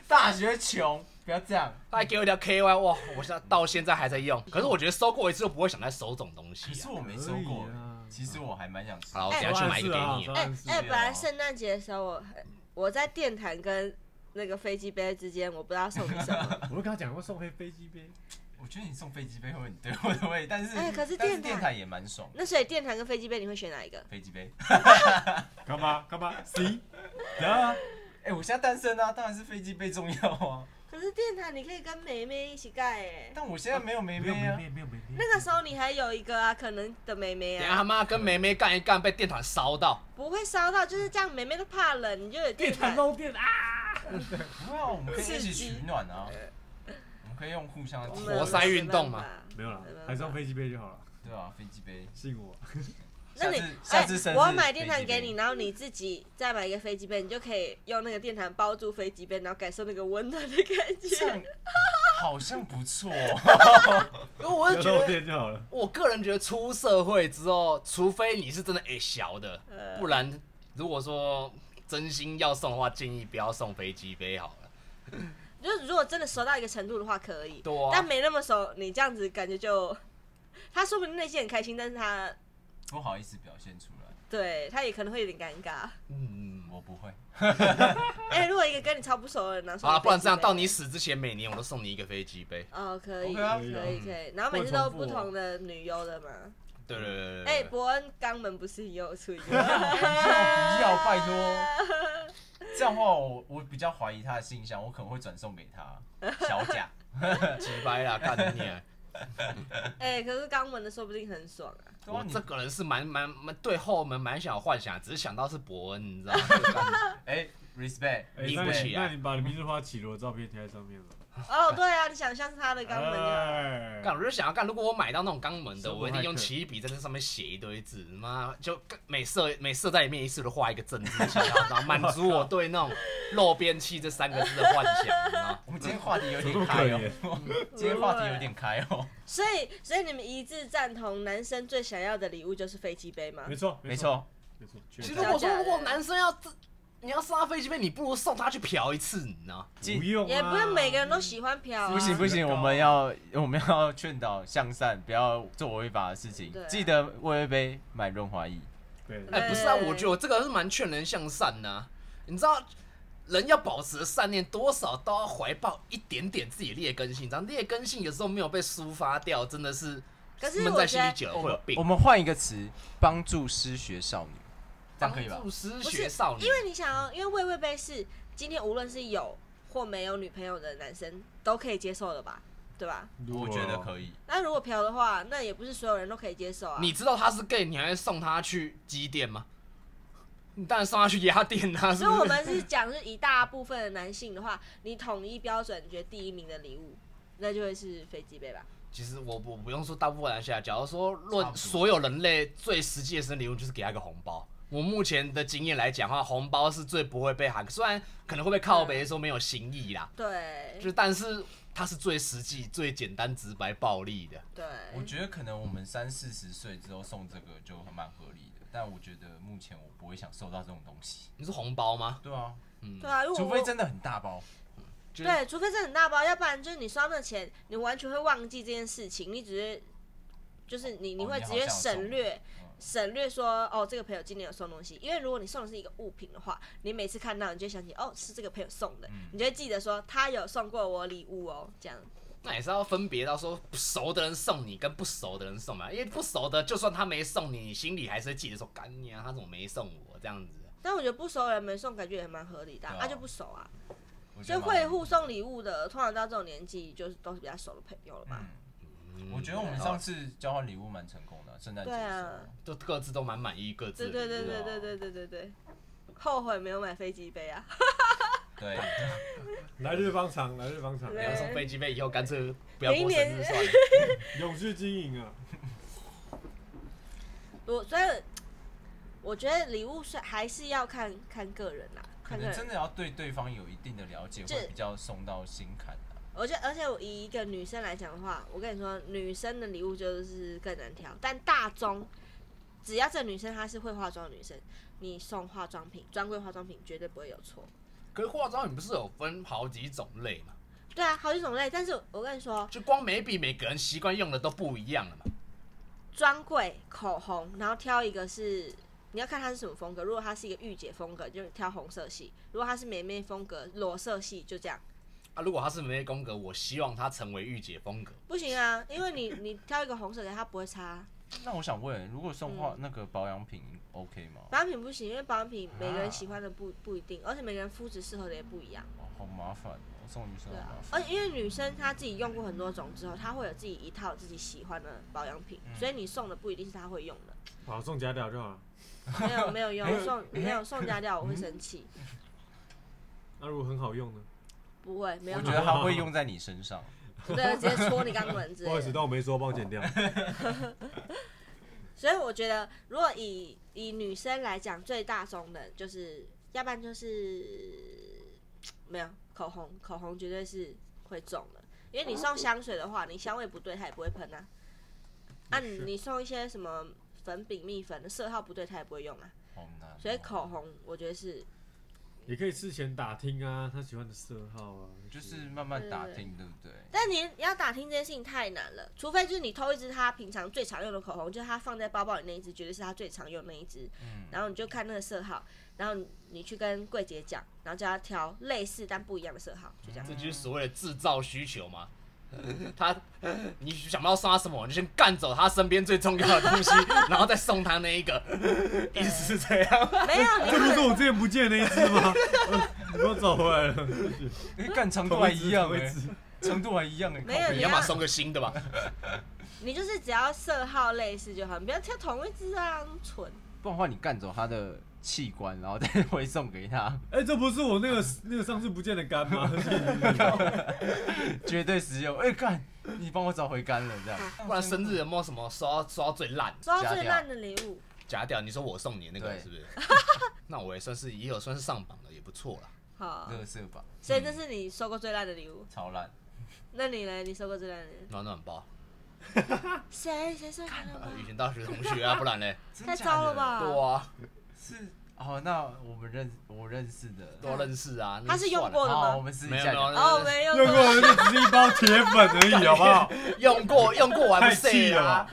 Speaker 6: 大学穷，不要这样。
Speaker 3: 他还给我一条 KY，哇，我现在到现在还在用，可是我觉得收过一次就不会想再收这种东西
Speaker 6: 可是
Speaker 3: 啊。
Speaker 6: 我没收过
Speaker 4: 可以啊，
Speaker 6: 其实我还蛮想收。
Speaker 3: 好，哎我等一下去买一个给你啊。
Speaker 1: 哎哎、
Speaker 6: 是
Speaker 1: 本来
Speaker 6: 哦
Speaker 1: 圣诞节的时候，我我在电毯跟那个飞机杯之间，我不知道送你什
Speaker 3: (laughs)
Speaker 1: 么。
Speaker 4: 我就跟他讲过送飞飞机杯，
Speaker 6: 我觉得你送飞机杯会很对我的胃，但是
Speaker 1: 哎可是
Speaker 6: 但
Speaker 1: 电台
Speaker 6: 电台也蛮爽的。
Speaker 1: 那所以电毯跟飞机杯，你会选哪一个？
Speaker 6: 飞机杯，
Speaker 4: 干嘛干嘛？C，啊，
Speaker 6: 哎、我现在单身啊，当然是飞机杯重要
Speaker 1: (laughs)
Speaker 6: 啊。
Speaker 1: 可是电毯你可以跟梅梅一起盖哎、
Speaker 6: 但我现在没有妹
Speaker 4: 没有
Speaker 6: 妹
Speaker 4: 没有
Speaker 6: 啊
Speaker 4: 没，有没有没有，
Speaker 1: 那个时候你还有一个啊，可能的梅梅
Speaker 3: 等一下他
Speaker 1: 啊，
Speaker 3: 妈跟梅梅干一干，被电毯烧到。
Speaker 1: 不会烧到，就是这样。梅梅都怕冷，你就有
Speaker 4: 电
Speaker 1: 毯
Speaker 4: 毯。漏电啊！
Speaker 6: 不啊要，我们可以一起
Speaker 1: 刺激
Speaker 6: 取暖啊。我们可以用互相的
Speaker 1: 我
Speaker 6: 体
Speaker 1: 们
Speaker 3: 活塞运动嘛
Speaker 1: 没办法
Speaker 4: 没有啦，还送飞机杯就好了，
Speaker 6: 对啊，飞机杯。
Speaker 4: 信我。
Speaker 1: 那你
Speaker 6: 下次
Speaker 1: 哎
Speaker 6: 下次生日
Speaker 1: 我要买电毯
Speaker 6: 飞机杯
Speaker 1: 给你，然后你自己再买一个飞机杯，你就可以用那个电毯包住飞机杯，然后感受那个温暖的感
Speaker 6: (laughs) 这样
Speaker 1: 觉。
Speaker 6: 好像不错、哦
Speaker 3: (laughs) 因为我
Speaker 4: 不
Speaker 3: 是
Speaker 4: 要
Speaker 3: 觉
Speaker 4: 漏
Speaker 3: 得，
Speaker 4: 电就
Speaker 3: (laughs)
Speaker 4: 好了。
Speaker 3: 我个人觉得出社会之后，除非你是真的哎小的，
Speaker 1: 呃
Speaker 3: 不然如果说真心要送的话，建议不要送飞机杯好了。
Speaker 1: 就是如果真的熟到一个程度的话，可以。
Speaker 3: 对啊
Speaker 1: 但没那么熟，你这样子感觉就，他说不定内心很开心，但是他
Speaker 6: 不好意思表现出来，
Speaker 1: 对他也可能会有点尴
Speaker 6: (laughs)
Speaker 1: 尬。
Speaker 3: 嗯，
Speaker 6: 我不会。
Speaker 1: 哎、如果一个跟你超不熟的人，然后说
Speaker 3: 好了，不然这样
Speaker 1: 飞机杯
Speaker 3: 到你死之前，每年我都送你一个飞机杯。
Speaker 1: 哦，可以
Speaker 6: OK 啊
Speaker 1: 可
Speaker 4: 可
Speaker 1: 以
Speaker 4: 以
Speaker 1: 可以，然后每次
Speaker 4: 不能
Speaker 1: 都
Speaker 4: 重复
Speaker 1: 不
Speaker 4: 哦
Speaker 1: 同的女优的嘛。
Speaker 3: 对对对对
Speaker 1: 哎、
Speaker 3: 对对。
Speaker 1: 伯恩肛门不是也有出一
Speaker 6: (laughs)
Speaker 1: 个
Speaker 6: 不
Speaker 1: 吗？
Speaker 6: 要不要，拜托。这样的话我，我比较怀疑他的性向，我可能会转送给他小贾。
Speaker 3: 鸡掰啦，干你啊！
Speaker 1: 哎、可是肛门的说不定很爽啊。
Speaker 6: (laughs) 对
Speaker 3: (laughs)
Speaker 6: 啊
Speaker 3: 我
Speaker 6: 你
Speaker 3: 这个人是蛮蛮蛮对后门蛮想有幻想，只是想到是伯恩，你知道
Speaker 6: (laughs)
Speaker 3: 吗？
Speaker 6: 哎、r e s p e c
Speaker 4: 哎
Speaker 6: t
Speaker 3: 立
Speaker 4: 那
Speaker 3: 不
Speaker 4: 你
Speaker 3: 起来
Speaker 4: 那你把你明日花绮罗的照片贴在上面吧。
Speaker 1: 哦，对啊，你想象是他的肛门啊。
Speaker 4: 哎
Speaker 3: 干，我就想要干。如果我买到那种肛门的，
Speaker 4: 生活
Speaker 3: 我一定
Speaker 4: 骇
Speaker 3: 用
Speaker 4: 客
Speaker 3: 奇异笔在这上面写一堆字，妈就每色每色在里面一次都画一个正字，你知道吗然后满足我对那种漏边器这三个字的幻想，你知
Speaker 6: (laughs)
Speaker 3: 道吗？
Speaker 6: 我们今天话题有点开
Speaker 4: 怎么
Speaker 6: 哦，今天话题有点开哦。
Speaker 1: 所以，所以你们一致赞同男生最想要的礼物就是飞机杯吗
Speaker 4: 没？错
Speaker 6: 没
Speaker 4: 没错
Speaker 6: 错，
Speaker 4: 没错，
Speaker 3: 其
Speaker 4: 确
Speaker 3: 实
Speaker 4: 实
Speaker 3: 如果说如果男生要自你要送他飞机杯，你不如送他去嫖一次，你知道吗？
Speaker 4: 不用啊，
Speaker 1: 也不是每个人都喜欢嫖、啊。
Speaker 6: 不行不行，我们要我们要劝导向善，不要做违法的事情
Speaker 1: 对啊。
Speaker 6: 记得微微杯买润滑液，
Speaker 4: 对，
Speaker 3: 哎、不是啊，
Speaker 1: 对
Speaker 3: 我觉得我这个人是蛮劝人向善的啊、你知道，人要保持善念，多少都要怀抱一点点自己的劣根性。然后劣根性有时候没有被抒发掉，真的是
Speaker 1: 可是
Speaker 3: 闷
Speaker 1: 我
Speaker 3: 在
Speaker 1: 觉
Speaker 3: 心里
Speaker 1: 得
Speaker 3: 久了会有病
Speaker 6: 我。们换一个词，帮助失学少女，这样可以吧
Speaker 3: 帮？助失
Speaker 1: 不
Speaker 3: 学
Speaker 1: 是
Speaker 3: 少女，
Speaker 1: 因为你想要，因为喂喂杯是今天无论是有或没有女朋友的男生都可以接受的吧，对吧？
Speaker 6: 我觉得可以。
Speaker 1: 那如果嫖的话，那也不是所有人都可以接受啊。
Speaker 3: 你知道他是 gay，你还会送他去基店吗？你当然送他去鸭店啊！
Speaker 1: (laughs)
Speaker 3: 是
Speaker 1: 所以
Speaker 3: 不是
Speaker 1: 我们是讲，是一大部分的男性的话，你统一标准，你觉得第一名的礼物，那就会是飞机杯吧？
Speaker 3: 其实我我不用说大部分男下，假如说
Speaker 6: 差
Speaker 3: 论
Speaker 6: 不多
Speaker 3: 所有人类最实际的生日礼物，就是给他一个红包。我目前的经验来讲的话，红包是最不会被喊，虽然可能会被靠北说没有新意啦，
Speaker 1: 对
Speaker 3: 就，但是它是最实际、最简单、直白、暴力的。
Speaker 1: 对，
Speaker 6: 我觉得可能我们三四十岁之后送这个就蛮合理的，但我觉得目前我不会想收到这种东西。
Speaker 3: 你是红包吗？嗯
Speaker 6: 对啊，
Speaker 1: 对啊，如果
Speaker 6: 除
Speaker 1: 我
Speaker 6: 非真的很大包。就是
Speaker 1: 对，除非是很大包，要不然就是你刷那钱，你完全会忘记这件事情，你只是就是你你
Speaker 6: 哦
Speaker 1: 会
Speaker 6: 你
Speaker 1: 直
Speaker 6: 好
Speaker 1: 接
Speaker 6: 像有送
Speaker 1: 省略。
Speaker 6: 嗯
Speaker 1: 省略说哦，这个朋友今年有送东西，因为如果你送的是一个物品的话，你每次看到你就会想起哦，是这个朋友送的，
Speaker 6: 嗯
Speaker 1: 你就会记得说他有送过我礼物哦，这样
Speaker 3: 那也是要分别到说熟的人送你跟不熟的人送嘛，因为不熟的就算他没送你，你心里还是会记得说干你啊，他怎么没送我这样子。
Speaker 1: 但我觉得不熟的人没送，感觉也蛮合理的啊，
Speaker 6: 对啊
Speaker 1: 啊就不熟啊，
Speaker 6: 我觉
Speaker 1: 所以
Speaker 6: 得
Speaker 1: 会
Speaker 6: 蛮
Speaker 1: 互送礼物的，通常到这种年纪就是都是比较熟的朋友了吧。
Speaker 6: 嗯
Speaker 3: 嗯
Speaker 6: 我觉得我们上次交换礼物蛮成功的，圣诞节的
Speaker 1: 对啊
Speaker 6: 时候
Speaker 3: 就各自都蛮满意各自
Speaker 1: 对
Speaker 3: 的
Speaker 1: 对对
Speaker 3: 礼物
Speaker 1: 对
Speaker 3: 啊
Speaker 1: 对对对对对，后悔没有买飞机杯啊！
Speaker 6: 对，
Speaker 4: 来日方长，来日方长，
Speaker 1: 对
Speaker 3: 你要送飞机杯以后干脆不要过
Speaker 1: 明
Speaker 3: 生
Speaker 1: 年 (laughs)
Speaker 3: 日算了。
Speaker 4: 永续经营啊，
Speaker 1: 我所以我觉得礼物是还是要看看个人啦、
Speaker 6: 可
Speaker 1: 看个
Speaker 6: 能真
Speaker 1: 人。
Speaker 6: 的要对对方有一定的了解，
Speaker 1: 这
Speaker 6: 会比较送到心坎啊
Speaker 1: 而且而且我以一个女生来讲的话，我跟你说，女生的礼物就是更难挑，但大宗。只要这女生她是会化妆的女生，你送化妆品，专柜化妆品绝对不会有错。
Speaker 3: 可是化妆品不是有分好几种类嘛？
Speaker 1: 对啊，好几种类，但是我跟你说，
Speaker 3: 就光眉笔，每个人习惯用的都不一样了嘛。
Speaker 1: 专柜口红，然后挑一个是你要看它是什么风格。如果它是一个御姐风格，就挑红色系；如果它是妹妹风格，裸色系就这样。
Speaker 3: 啊，如果他是美美风格，我希望他成为御姐风格。
Speaker 1: 不行啊，因为你你挑一个红色的，它不会啊擦。
Speaker 6: 那我想问，如果送
Speaker 1: 嗯
Speaker 6: 化那个保养品 OK 吗？
Speaker 1: 保养品不行，因为保养品每个人喜欢的不不一定，而且每个人肤质适合的也不一样。
Speaker 6: 哇，好麻烦哦，送女生
Speaker 1: 对
Speaker 6: 好
Speaker 1: 啊
Speaker 6: 麻，烦。
Speaker 1: 而且因为女生她自己用过很多种之后，她会有自己一套自己喜欢的保养品，
Speaker 6: 嗯
Speaker 1: 所以你送的不一定是她会用的。
Speaker 4: 好送假屌就好了。
Speaker 1: 没有没有用送没有送家掉我会生气，
Speaker 4: 那如果很好用呢？
Speaker 1: 不会没有
Speaker 6: 我觉得它会用在你
Speaker 1: (laughs)
Speaker 6: 身上，
Speaker 1: 对直接戳你肛门之类
Speaker 4: 不好
Speaker 1: 的
Speaker 4: 意。思，但我没说，帮我剪掉。
Speaker 1: 所以我觉得，如果以以女生来讲，最大宗的就是，要不然就是没有口红，口红绝对是会中的，因为你送香水的话，你香味不对，它也不会喷啊。啊
Speaker 4: 也
Speaker 1: 你，
Speaker 4: 是
Speaker 1: 你送一些什么粉饼、蜜粉的色号不对，它也不会用啊。
Speaker 6: 好难哦。
Speaker 1: 所以口红，我觉得是
Speaker 4: 也可以事前打听啊，他喜欢的色号啊，
Speaker 6: 就是慢慢打听，对不对？
Speaker 1: 但你要打听这件事情太难了，除非就是你偷一支他平常最常用的口红，就是他放在包包里那一支，绝对是他最常用的那一支。
Speaker 6: 嗯
Speaker 1: 然后你就看那个色号，然后你你去跟柜姐讲，然后叫她挑类似但不一样的色号，就这样。
Speaker 3: 这就是所谓的制造需求嘛。他，你想不到送他什么，你就先干走他身边最重要
Speaker 1: (laughs)
Speaker 3: 的东西，然后再送他那一个，意思是这样。
Speaker 1: 没有，
Speaker 4: 这不
Speaker 1: 你
Speaker 4: 是
Speaker 1: 不
Speaker 4: 我之前不见的那一只吗？ (laughs) 嗯你给我找回来了，
Speaker 6: 哎，干程度还一样
Speaker 4: 同一
Speaker 6: 哎
Speaker 4: 只，
Speaker 6: 程度还一样哎，
Speaker 1: 没有
Speaker 6: 靠
Speaker 1: 你
Speaker 3: 你
Speaker 6: 北
Speaker 3: 要
Speaker 1: 要
Speaker 3: 么送个新的吧，
Speaker 1: 你就是只要色号类似就好，你不要挑同一只啊，那么蠢。
Speaker 6: 不然的话你干走他的器官，然后再回送
Speaker 1: (laughs)
Speaker 6: 给他，
Speaker 4: 哎，这不是我那个那个上次不见的肝
Speaker 6: (laughs)
Speaker 4: 吗？
Speaker 6: 绝对实用。哎，干，你帮我找回干了这样。
Speaker 3: 不然生日有没有什么收到收到最烂
Speaker 1: 收到
Speaker 6: 夹
Speaker 1: 最
Speaker 6: 掉
Speaker 1: 烂的礼物，
Speaker 3: 假屌？你说我送你那个
Speaker 6: 对
Speaker 3: 是不是？ (laughs) 那我也算是也有算是上榜了，也不错了。
Speaker 1: 好，
Speaker 6: 乐色吧，
Speaker 1: 所以这是你收过最烂的礼物。
Speaker 6: 超烂。
Speaker 1: 那你呢？你收过最烂的礼物？
Speaker 3: 暖暖包，
Speaker 1: 谁谁送你的
Speaker 3: 呃
Speaker 1: 吗？
Speaker 3: 以前大学同
Speaker 1: (laughs)
Speaker 3: 学啊，不然嘞，
Speaker 1: 太糟了吧！
Speaker 3: 对啊，
Speaker 6: 是哦，那我们认我认识的，
Speaker 3: 都认识啊。那
Speaker 1: 他是用
Speaker 3: 算了
Speaker 1: 过的
Speaker 6: 哦，
Speaker 1: 吗
Speaker 6: 我们私底
Speaker 3: 没有
Speaker 6: 下
Speaker 3: 没有
Speaker 6: 讲，
Speaker 1: 哦，我没用
Speaker 4: 用过
Speaker 1: 过。
Speaker 4: 的就只是一包铁粉而已，好不好？
Speaker 6: (laughs)
Speaker 1: (laughs)
Speaker 3: 用过用过，我还
Speaker 4: 太
Speaker 3: 不
Speaker 4: 气
Speaker 3: 睡
Speaker 4: 了
Speaker 3: 啊
Speaker 4: 吧。！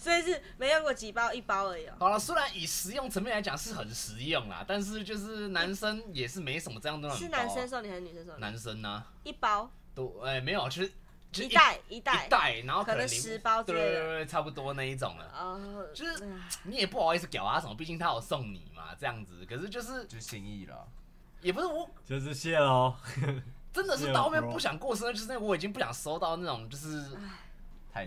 Speaker 1: 所以是没用过几包，一包而已哦。
Speaker 3: 好了，虽然以实用层面来讲是很实用啦，但是就是男生也是没什么这样的、啊
Speaker 1: 是男生，送你还是女生送你？
Speaker 3: 哦男生呢、
Speaker 1: 一包
Speaker 3: 都哎、没有，就是就是
Speaker 1: 一袋一
Speaker 3: 一
Speaker 1: 袋。
Speaker 3: 袋，然后
Speaker 1: 可能
Speaker 3: 能你
Speaker 1: 10包之
Speaker 3: 对
Speaker 1: 类的
Speaker 3: 对对对，差不多那一种了。
Speaker 1: 哦，
Speaker 3: 就是
Speaker 1: 唉
Speaker 3: 你也不好意思屌他什么，毕竟他有送你嘛，这样子。可是就是
Speaker 6: 就心意了。
Speaker 3: 也不是我
Speaker 4: 就是谢喽。
Speaker 3: 真的是
Speaker 4: Yeah,
Speaker 3: 到后面
Speaker 4: bro
Speaker 3: 不想过生日，就是我已经不想收到那种就是
Speaker 6: 太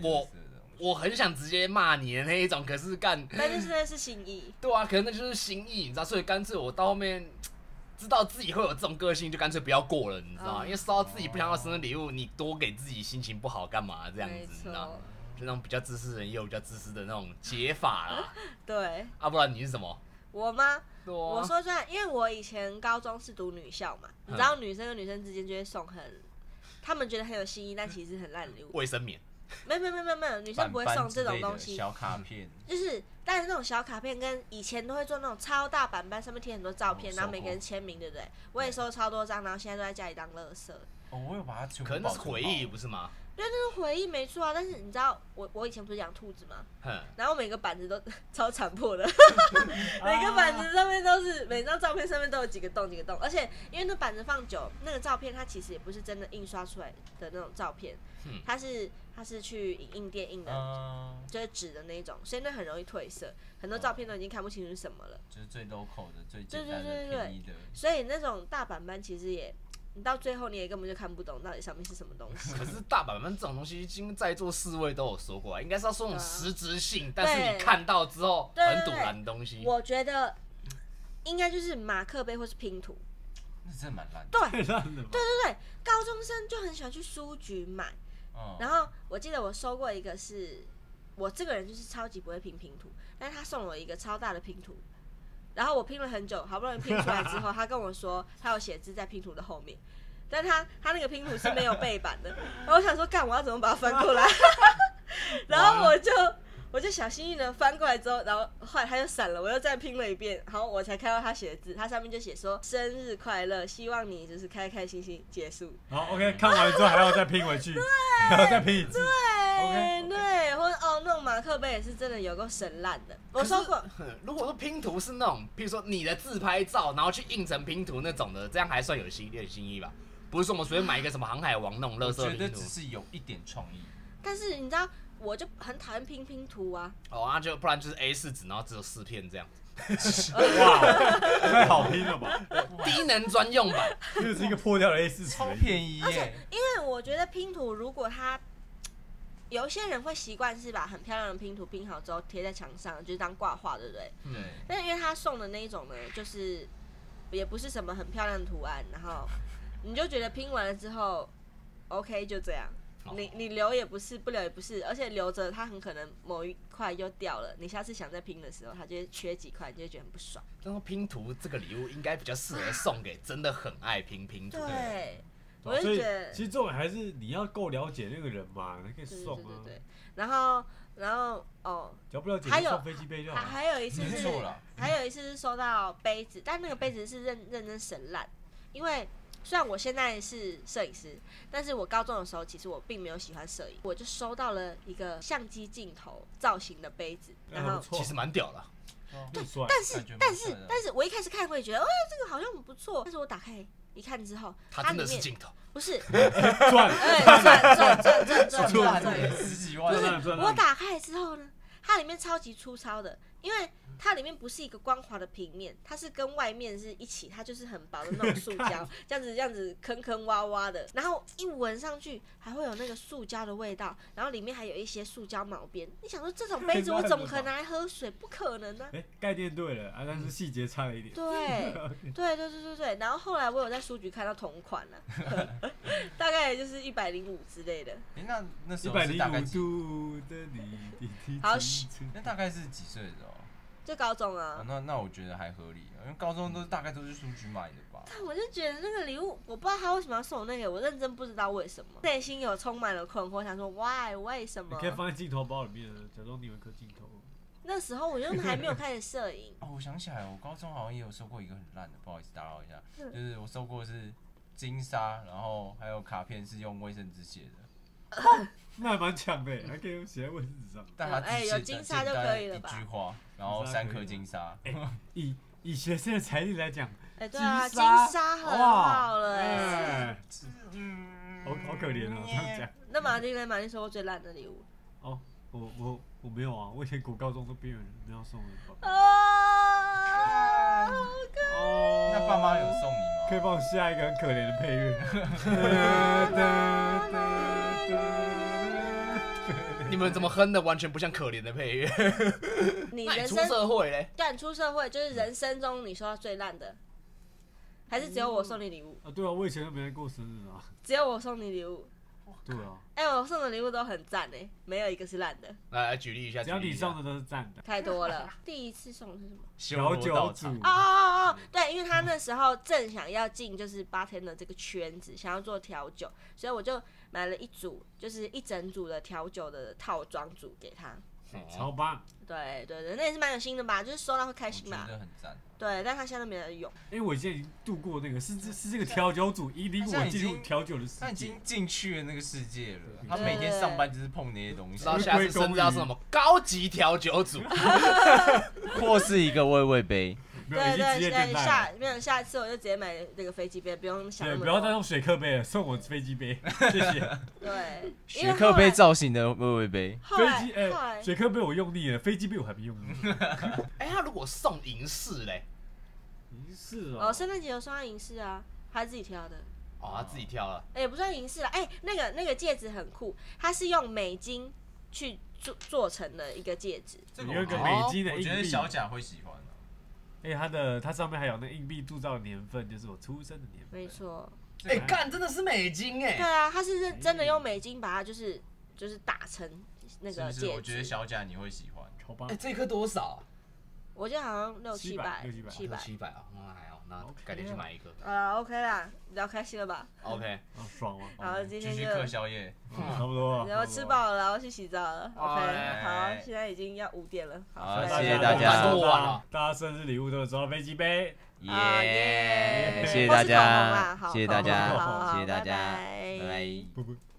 Speaker 3: 我
Speaker 6: 乐色的东西
Speaker 3: 我很想直接骂你的那一种，可是干
Speaker 1: 但是现在是心意，
Speaker 3: 对啊，可能那就是心意，你知道，所以干脆我到后面知道自己会有这种个性，就干脆不要过了，你知道
Speaker 1: 嗯
Speaker 3: 吗？因为收到自己不想要的生日礼物，你多给自己心情不好干嘛这样子，
Speaker 1: 没
Speaker 3: 你知道
Speaker 1: 错，，
Speaker 3: 就那种比较自私的人也有比较自私的那种解法
Speaker 1: (laughs)
Speaker 3: 啦。
Speaker 1: 对
Speaker 3: 啊，不然你是什么？
Speaker 1: 我吗？
Speaker 3: 对啊
Speaker 1: 我说真的，因为我以前高中是读女校嘛，你知道女生跟女生之间就会送很，他们觉得很有心意，但其实很烂的礼物。
Speaker 3: 卫生棉，
Speaker 1: 没有没有没有没有没有，女生不会
Speaker 6: 板板
Speaker 1: 送这
Speaker 6: 之类
Speaker 1: 种
Speaker 6: 的
Speaker 1: 东西，
Speaker 6: 小卡片，
Speaker 1: 就是但是那种小卡片跟以前都会做那种超大板板，上面贴很多照片，
Speaker 6: 哦
Speaker 1: 然后每
Speaker 6: 收
Speaker 1: 个
Speaker 6: 过
Speaker 1: 人签名，对不对？我也收超多张，然后现在都在家里当垃圾。
Speaker 6: 哦，我有把它全部
Speaker 3: 可能那是
Speaker 6: 保存
Speaker 3: 回
Speaker 6: 好
Speaker 3: 忆，不是吗？
Speaker 1: 对，那是回忆没错啊。但是你知道，我我以前不是养兔子吗？
Speaker 3: 哼，
Speaker 1: 然后每个板子都 (laughs) 超残破的，每个板子上面都是每张照片上面都有几个洞几个洞，而且因为那板子放久，那个照片它其实也不是真的印刷出来的那种照片
Speaker 3: 嗯，
Speaker 1: 它是它是去影印店印的，
Speaker 4: 啊
Speaker 6: 嗯，
Speaker 1: 就是纸的那一种，所以那很容易褪色，很多照片都已经看不清楚是什么了。
Speaker 6: 就是最 local 的、最简
Speaker 1: 对
Speaker 6: 单
Speaker 1: 对
Speaker 6: 的、
Speaker 1: 对对
Speaker 6: 便宜的。
Speaker 1: 所以那种大板板其实也，你到最后你也根本就看不懂到底上面是什么东西。
Speaker 3: 可是大板板这种东西，经在座四位都有说过啊，应该是要说那种
Speaker 1: 对啊
Speaker 3: 实质性，但是你看到之后
Speaker 1: 对对
Speaker 3: 很堵
Speaker 1: 对
Speaker 3: 然的东西。
Speaker 1: 我觉得应该就是马克杯或是拼图。
Speaker 6: 那真的蛮烂的。
Speaker 1: 对
Speaker 4: (laughs) 太
Speaker 1: 对
Speaker 4: 烂了吧？
Speaker 1: 对，高中生就很喜欢去书局买。
Speaker 6: 嗯，
Speaker 1: 然后我记得我收过一个是，我这个人就是超级不会拼拼图，但是他送了我一个超大的拼图。然后我拼了很久，好不容易拼出来之后，他跟我说他有写字在拼图的后面，但他他那个拼图是没有背板的， (laughs) 然后我想说干我要怎么把它翻过来， (laughs) 然后我就我就小心翼翼的翻过来之后，然后后来他就散了，我又再拼了一遍，然后我才看到他写的字，他上面就写说生日快乐，希望你就是开开心心结束。
Speaker 4: 好，OK，看完之后还要再拼回
Speaker 1: (laughs)
Speaker 4: 去，还要再拼一次。
Speaker 1: 对
Speaker 4: OK，OK
Speaker 1: 对，或者哦，那种马克杯也是真的有够神烂的，我
Speaker 3: 可是
Speaker 1: 收过。
Speaker 3: 哼 (laughs) 如果说拼图是那种，譬如说你的自拍照，然后去印成拼图那种的，这样还算有新有新意吧？不是说我们随便买一个什么航海王那种
Speaker 6: 我
Speaker 3: 乐色
Speaker 6: 觉得
Speaker 3: 拼图
Speaker 6: 只，是有一点创意。
Speaker 1: 但是你知道，我就很讨厌拼拼图啊，
Speaker 3: 哦，那就不然就是 A 四纸，然后只有四片这样，
Speaker 4: 哇，太好拼了吧？
Speaker 3: (laughs) 低能专用版。
Speaker 4: 这是一个破掉的 A 四纸，
Speaker 6: 超便
Speaker 4: 宜。
Speaker 6: 宜
Speaker 1: 而且
Speaker 6: 耶！
Speaker 1: 因为我觉得拼图如果它有一些人会习惯是把很漂亮的拼图拼好之后贴在墙上，就是当挂画，对不对？
Speaker 3: 嗯，
Speaker 1: 但是因为他送的那一种呢，就是也不是什么很漂亮的图案，然后你就觉得拼完了之后，OK 就这样。
Speaker 3: 哦
Speaker 1: 你你留也不是，不留也不是，而且留着它很可能某一块就掉了。你下次想再拼的时候，它就会缺几块，你就会觉得很不爽。
Speaker 3: 但是哦拼图这个礼物应该比较适合送给真的很爱拼拼图的人。
Speaker 1: 对，我
Speaker 4: 所
Speaker 1: 就
Speaker 4: 以
Speaker 1: 觉得
Speaker 4: 其实重点还是你要够了解那个人嘛，你可以
Speaker 1: 对对
Speaker 4: 送
Speaker 1: 对
Speaker 4: 啊
Speaker 1: 对。对。然后然后哦，
Speaker 4: 只要不了解，
Speaker 1: 还
Speaker 4: 就
Speaker 1: 有
Speaker 4: 送飞机杯就好
Speaker 1: 还
Speaker 4: 了。
Speaker 1: 还有一次
Speaker 6: 没
Speaker 1: 是
Speaker 6: 错啦，
Speaker 1: 还有一次是收到杯子，但那个杯子是认认真神烂，因为虽然我现在是摄影师，但是我高中的时候其实我并没有喜欢摄影，我就收到了一个相机镜头造型的杯子，
Speaker 4: 那
Speaker 1: 然
Speaker 4: 还不
Speaker 1: 后。
Speaker 4: 错，
Speaker 3: 其实蛮屌的，
Speaker 4: 很帅。
Speaker 1: 但是
Speaker 6: 哦感觉蛮
Speaker 1: 但
Speaker 6: 帅
Speaker 1: 是
Speaker 3: 啊
Speaker 6: 的
Speaker 1: 但是我一开始看会觉得，哦，这个好像不错，但是我打开一看之后，
Speaker 3: 它
Speaker 1: 它
Speaker 3: 真
Speaker 1: 里
Speaker 3: 的是
Speaker 1: 面
Speaker 3: 镜头。
Speaker 1: 不是，
Speaker 4: 赚
Speaker 1: 哎，转转转转转
Speaker 4: 错
Speaker 1: 转
Speaker 4: 了
Speaker 1: 转，
Speaker 6: 十几
Speaker 1: 不
Speaker 6: 万，
Speaker 4: 那
Speaker 1: 是
Speaker 4: 不，然
Speaker 1: 我
Speaker 4: 呢
Speaker 1: 打开之后呢，它里面超级粗糙的，因为它里面不是一个光滑的平面，它是跟外面是一起，它就是很薄的那种塑
Speaker 3: (laughs)
Speaker 1: 胶
Speaker 4: 看，
Speaker 1: 这样子这样子坑坑洼洼的，然后一闻上去还会有那个塑胶的味道，然后里面还有一些塑胶毛边。你想说这种杯子我怎么可能拿来喝水？不可能啊呢、
Speaker 4: 哎，概念对了啊，但是细节差了 (laughs) 一
Speaker 1: 嗯
Speaker 4: 点。
Speaker 1: 对对对对对对，然后后来我有在书局看到同款
Speaker 4: (laughs)
Speaker 1: 了、大概也就是一百零五之类的。
Speaker 6: 诶那那时
Speaker 4: 一
Speaker 6: 候
Speaker 4: 百
Speaker 6: 是大概
Speaker 4: 零五
Speaker 6: 几？
Speaker 4: 度的你，滴滴
Speaker 1: 好嘘
Speaker 4: 滴滴
Speaker 6: 那大概是几岁的时候？
Speaker 1: 就高中啊，
Speaker 4: 嗯
Speaker 6: 啊那那我觉得还合理，啊因为高中都大概都是书局买的吧。，
Speaker 1: 但啊我就觉得那个礼物，我不知道他为什么要送我那个，我认真不知道为什么，内心有充满了困惑，想说 why 为什
Speaker 4: 你
Speaker 1: 么
Speaker 4: 可？以放在镜头包里面，假装你有一颗镜头。
Speaker 1: 那时候我就还没有开始摄影
Speaker 4: (laughs)
Speaker 6: 哦，我想起来，我高中好像也有收过一个很烂的，不好意思打扰一下，
Speaker 1: 嗯
Speaker 6: 就是我收过的是金沙，然后还有卡片是用卫生纸写的，
Speaker 4: 那还蛮强的，还可以写在卫生纸上。
Speaker 6: 但它
Speaker 1: 哎
Speaker 6: 只
Speaker 1: 有
Speaker 6: 写
Speaker 1: 金
Speaker 6: 简
Speaker 1: 沙就
Speaker 6: 单
Speaker 1: 可
Speaker 6: 的
Speaker 1: 以了
Speaker 6: 一
Speaker 1: 吧
Speaker 6: 句话，然后
Speaker 4: 金沙可以哎
Speaker 6: 三颗
Speaker 4: 了
Speaker 6: 金沙，
Speaker 4: 以以学生的财力来讲，
Speaker 1: 哎、对啊，
Speaker 4: 金
Speaker 1: 金
Speaker 4: 沙
Speaker 1: 沙很
Speaker 4: 哇
Speaker 1: 好了哎、
Speaker 4: 哎，(laughs)
Speaker 6: 嗯
Speaker 4: 好好可怜哦，这样讲。
Speaker 1: 那马丁呢？马丁收过最烂的礼物
Speaker 4: 哦，我我我没有啊，我以前国高中都边缘人这样送我的。
Speaker 1: 啊，好可
Speaker 4: 哦
Speaker 6: (laughs) 那爸妈有送你吗？
Speaker 4: 可以帮我下一个很可怜的配
Speaker 6: (laughs)
Speaker 4: 乐。
Speaker 3: 你们怎么哼的完全不像可怜的配乐？ (laughs)
Speaker 1: 你
Speaker 3: 那你
Speaker 1: 人
Speaker 3: 出
Speaker 1: 生
Speaker 3: 社会嘞？
Speaker 1: 对，你出社会就是人生中你收到最烂的，还是只有我送你礼物？
Speaker 4: 啊，对啊，我以前都没人过生日啊。
Speaker 1: 只有我送你礼物。
Speaker 4: 对啊，
Speaker 1: 哎、我送的礼物都很赞哎、没有一个是烂的，
Speaker 3: 来来举例一下，
Speaker 4: 只要
Speaker 3: 举例一
Speaker 4: 你
Speaker 3: 下
Speaker 4: 上的都是赞的。
Speaker 1: 太多了。 (laughs) 第一次送的是什么？
Speaker 4: 小酒组，
Speaker 6: 组
Speaker 1: 哦哦哦，对，因为他那时候正想要进就是八天的这个圈子，想要做调酒，所以我就买了一组，就是一整组的调酒的套装组给他。
Speaker 3: 哦
Speaker 4: 超棒！
Speaker 1: 对对对，那也是蛮有心的吧，就是收到会开
Speaker 6: 我
Speaker 1: 心
Speaker 4: 哦
Speaker 6: 觉
Speaker 1: 吧。
Speaker 6: 得很赞。
Speaker 1: 对，但他现在都没人用。
Speaker 4: 因为我现在已经度过那个是这是这个调酒组引领
Speaker 6: 现在
Speaker 4: 我
Speaker 6: 已
Speaker 4: 进入
Speaker 6: 经
Speaker 4: 调酒的世
Speaker 6: 他已
Speaker 4: 界
Speaker 6: 经。进去了那个世界了，他
Speaker 1: 对
Speaker 6: 每天上班就是碰那些东
Speaker 3: 不
Speaker 6: 西
Speaker 3: 知，道下次甚至要是什么高级调酒组，
Speaker 6: 或是一个喂喂杯。
Speaker 4: 没有，已
Speaker 1: 对
Speaker 4: 经职
Speaker 1: 对
Speaker 4: 业倦
Speaker 1: 对，下
Speaker 4: 怠了。
Speaker 1: 没有下次我就直接买那个飞机杯，不用想那
Speaker 4: 对，
Speaker 1: 么
Speaker 4: 不要再
Speaker 1: 多。
Speaker 4: 用水客杯了，送我飞机
Speaker 6: (laughs)
Speaker 4: 杯，谢谢。
Speaker 1: 对，因
Speaker 6: 雪
Speaker 1: 为
Speaker 6: 克
Speaker 1: 后来
Speaker 6: 杯造型的喂喂杯，
Speaker 1: 后
Speaker 4: 飞
Speaker 1: 来
Speaker 4: 机
Speaker 1: 后来
Speaker 4: 哎，水客杯我用腻了，飞机杯我还没用腻。
Speaker 3: 哎，他如果送银饰嘞，
Speaker 4: (laughs) 你是
Speaker 6: 啊
Speaker 1: 哦，圣诞节有送他银饰啊，他自己挑的，
Speaker 3: 哦，他自己挑了，
Speaker 1: 哎、也不算银饰了，哎、那个那个戒指很酷，它是用美金去做做成的一个戒指，
Speaker 6: 这
Speaker 4: 你用个美金的
Speaker 6: 我
Speaker 4: 硬
Speaker 6: 觉得
Speaker 4: 币，
Speaker 6: 小贾会喜欢啊的。
Speaker 4: 哎，它的它上面还有那硬币铸造的年份，就是我出生的年份。
Speaker 1: 没错，
Speaker 4: 哦
Speaker 3: 哎，干真的是美金
Speaker 1: 对
Speaker 3: 哎，
Speaker 1: 啊，它是认真的用美金把它就是就是打成那
Speaker 6: 是
Speaker 1: 个
Speaker 6: 不是？
Speaker 1: 戒
Speaker 6: 我觉得
Speaker 1: 指，
Speaker 6: 小贾你会喜欢。
Speaker 4: 超棒
Speaker 3: 哎，！这颗多少啊？
Speaker 1: 我记得好像六
Speaker 4: 七
Speaker 1: 七
Speaker 4: 百
Speaker 1: 百
Speaker 4: 六七百
Speaker 1: 七百，
Speaker 3: 七百啊，那还好，那
Speaker 4: OK
Speaker 3: 改天去买一
Speaker 4: (laughs)
Speaker 3: 个。
Speaker 1: 啊，OK 啦，比较开心了吧？
Speaker 3: OK，
Speaker 4: 啊，
Speaker 1: (laughs)
Speaker 4: 爽了，
Speaker 1: 然后今
Speaker 6: 继
Speaker 1: 天
Speaker 6: 续
Speaker 1: 就
Speaker 6: 嗑宵夜，
Speaker 4: 嗯差不多了。
Speaker 1: 然后
Speaker 4: 差
Speaker 1: 吃
Speaker 4: 不多了。
Speaker 1: 饱了，然后去洗澡了。OK，
Speaker 6: 哦哎
Speaker 1: 好，现在已经要五点了。
Speaker 6: 好
Speaker 1: 拜拜
Speaker 6: 谢谢大家
Speaker 4: 大
Speaker 3: 我晚了
Speaker 4: 大家生日礼物都有收到飞机杯，
Speaker 1: 啊耶
Speaker 6: 耶！谢谢大
Speaker 1: 或是口红啦
Speaker 6: 家
Speaker 1: 好，
Speaker 6: 谢谢大
Speaker 1: 口红好好
Speaker 6: 家，
Speaker 1: 好
Speaker 6: 谢谢大家，
Speaker 1: 拜拜
Speaker 6: 拜拜。
Speaker 4: 不不。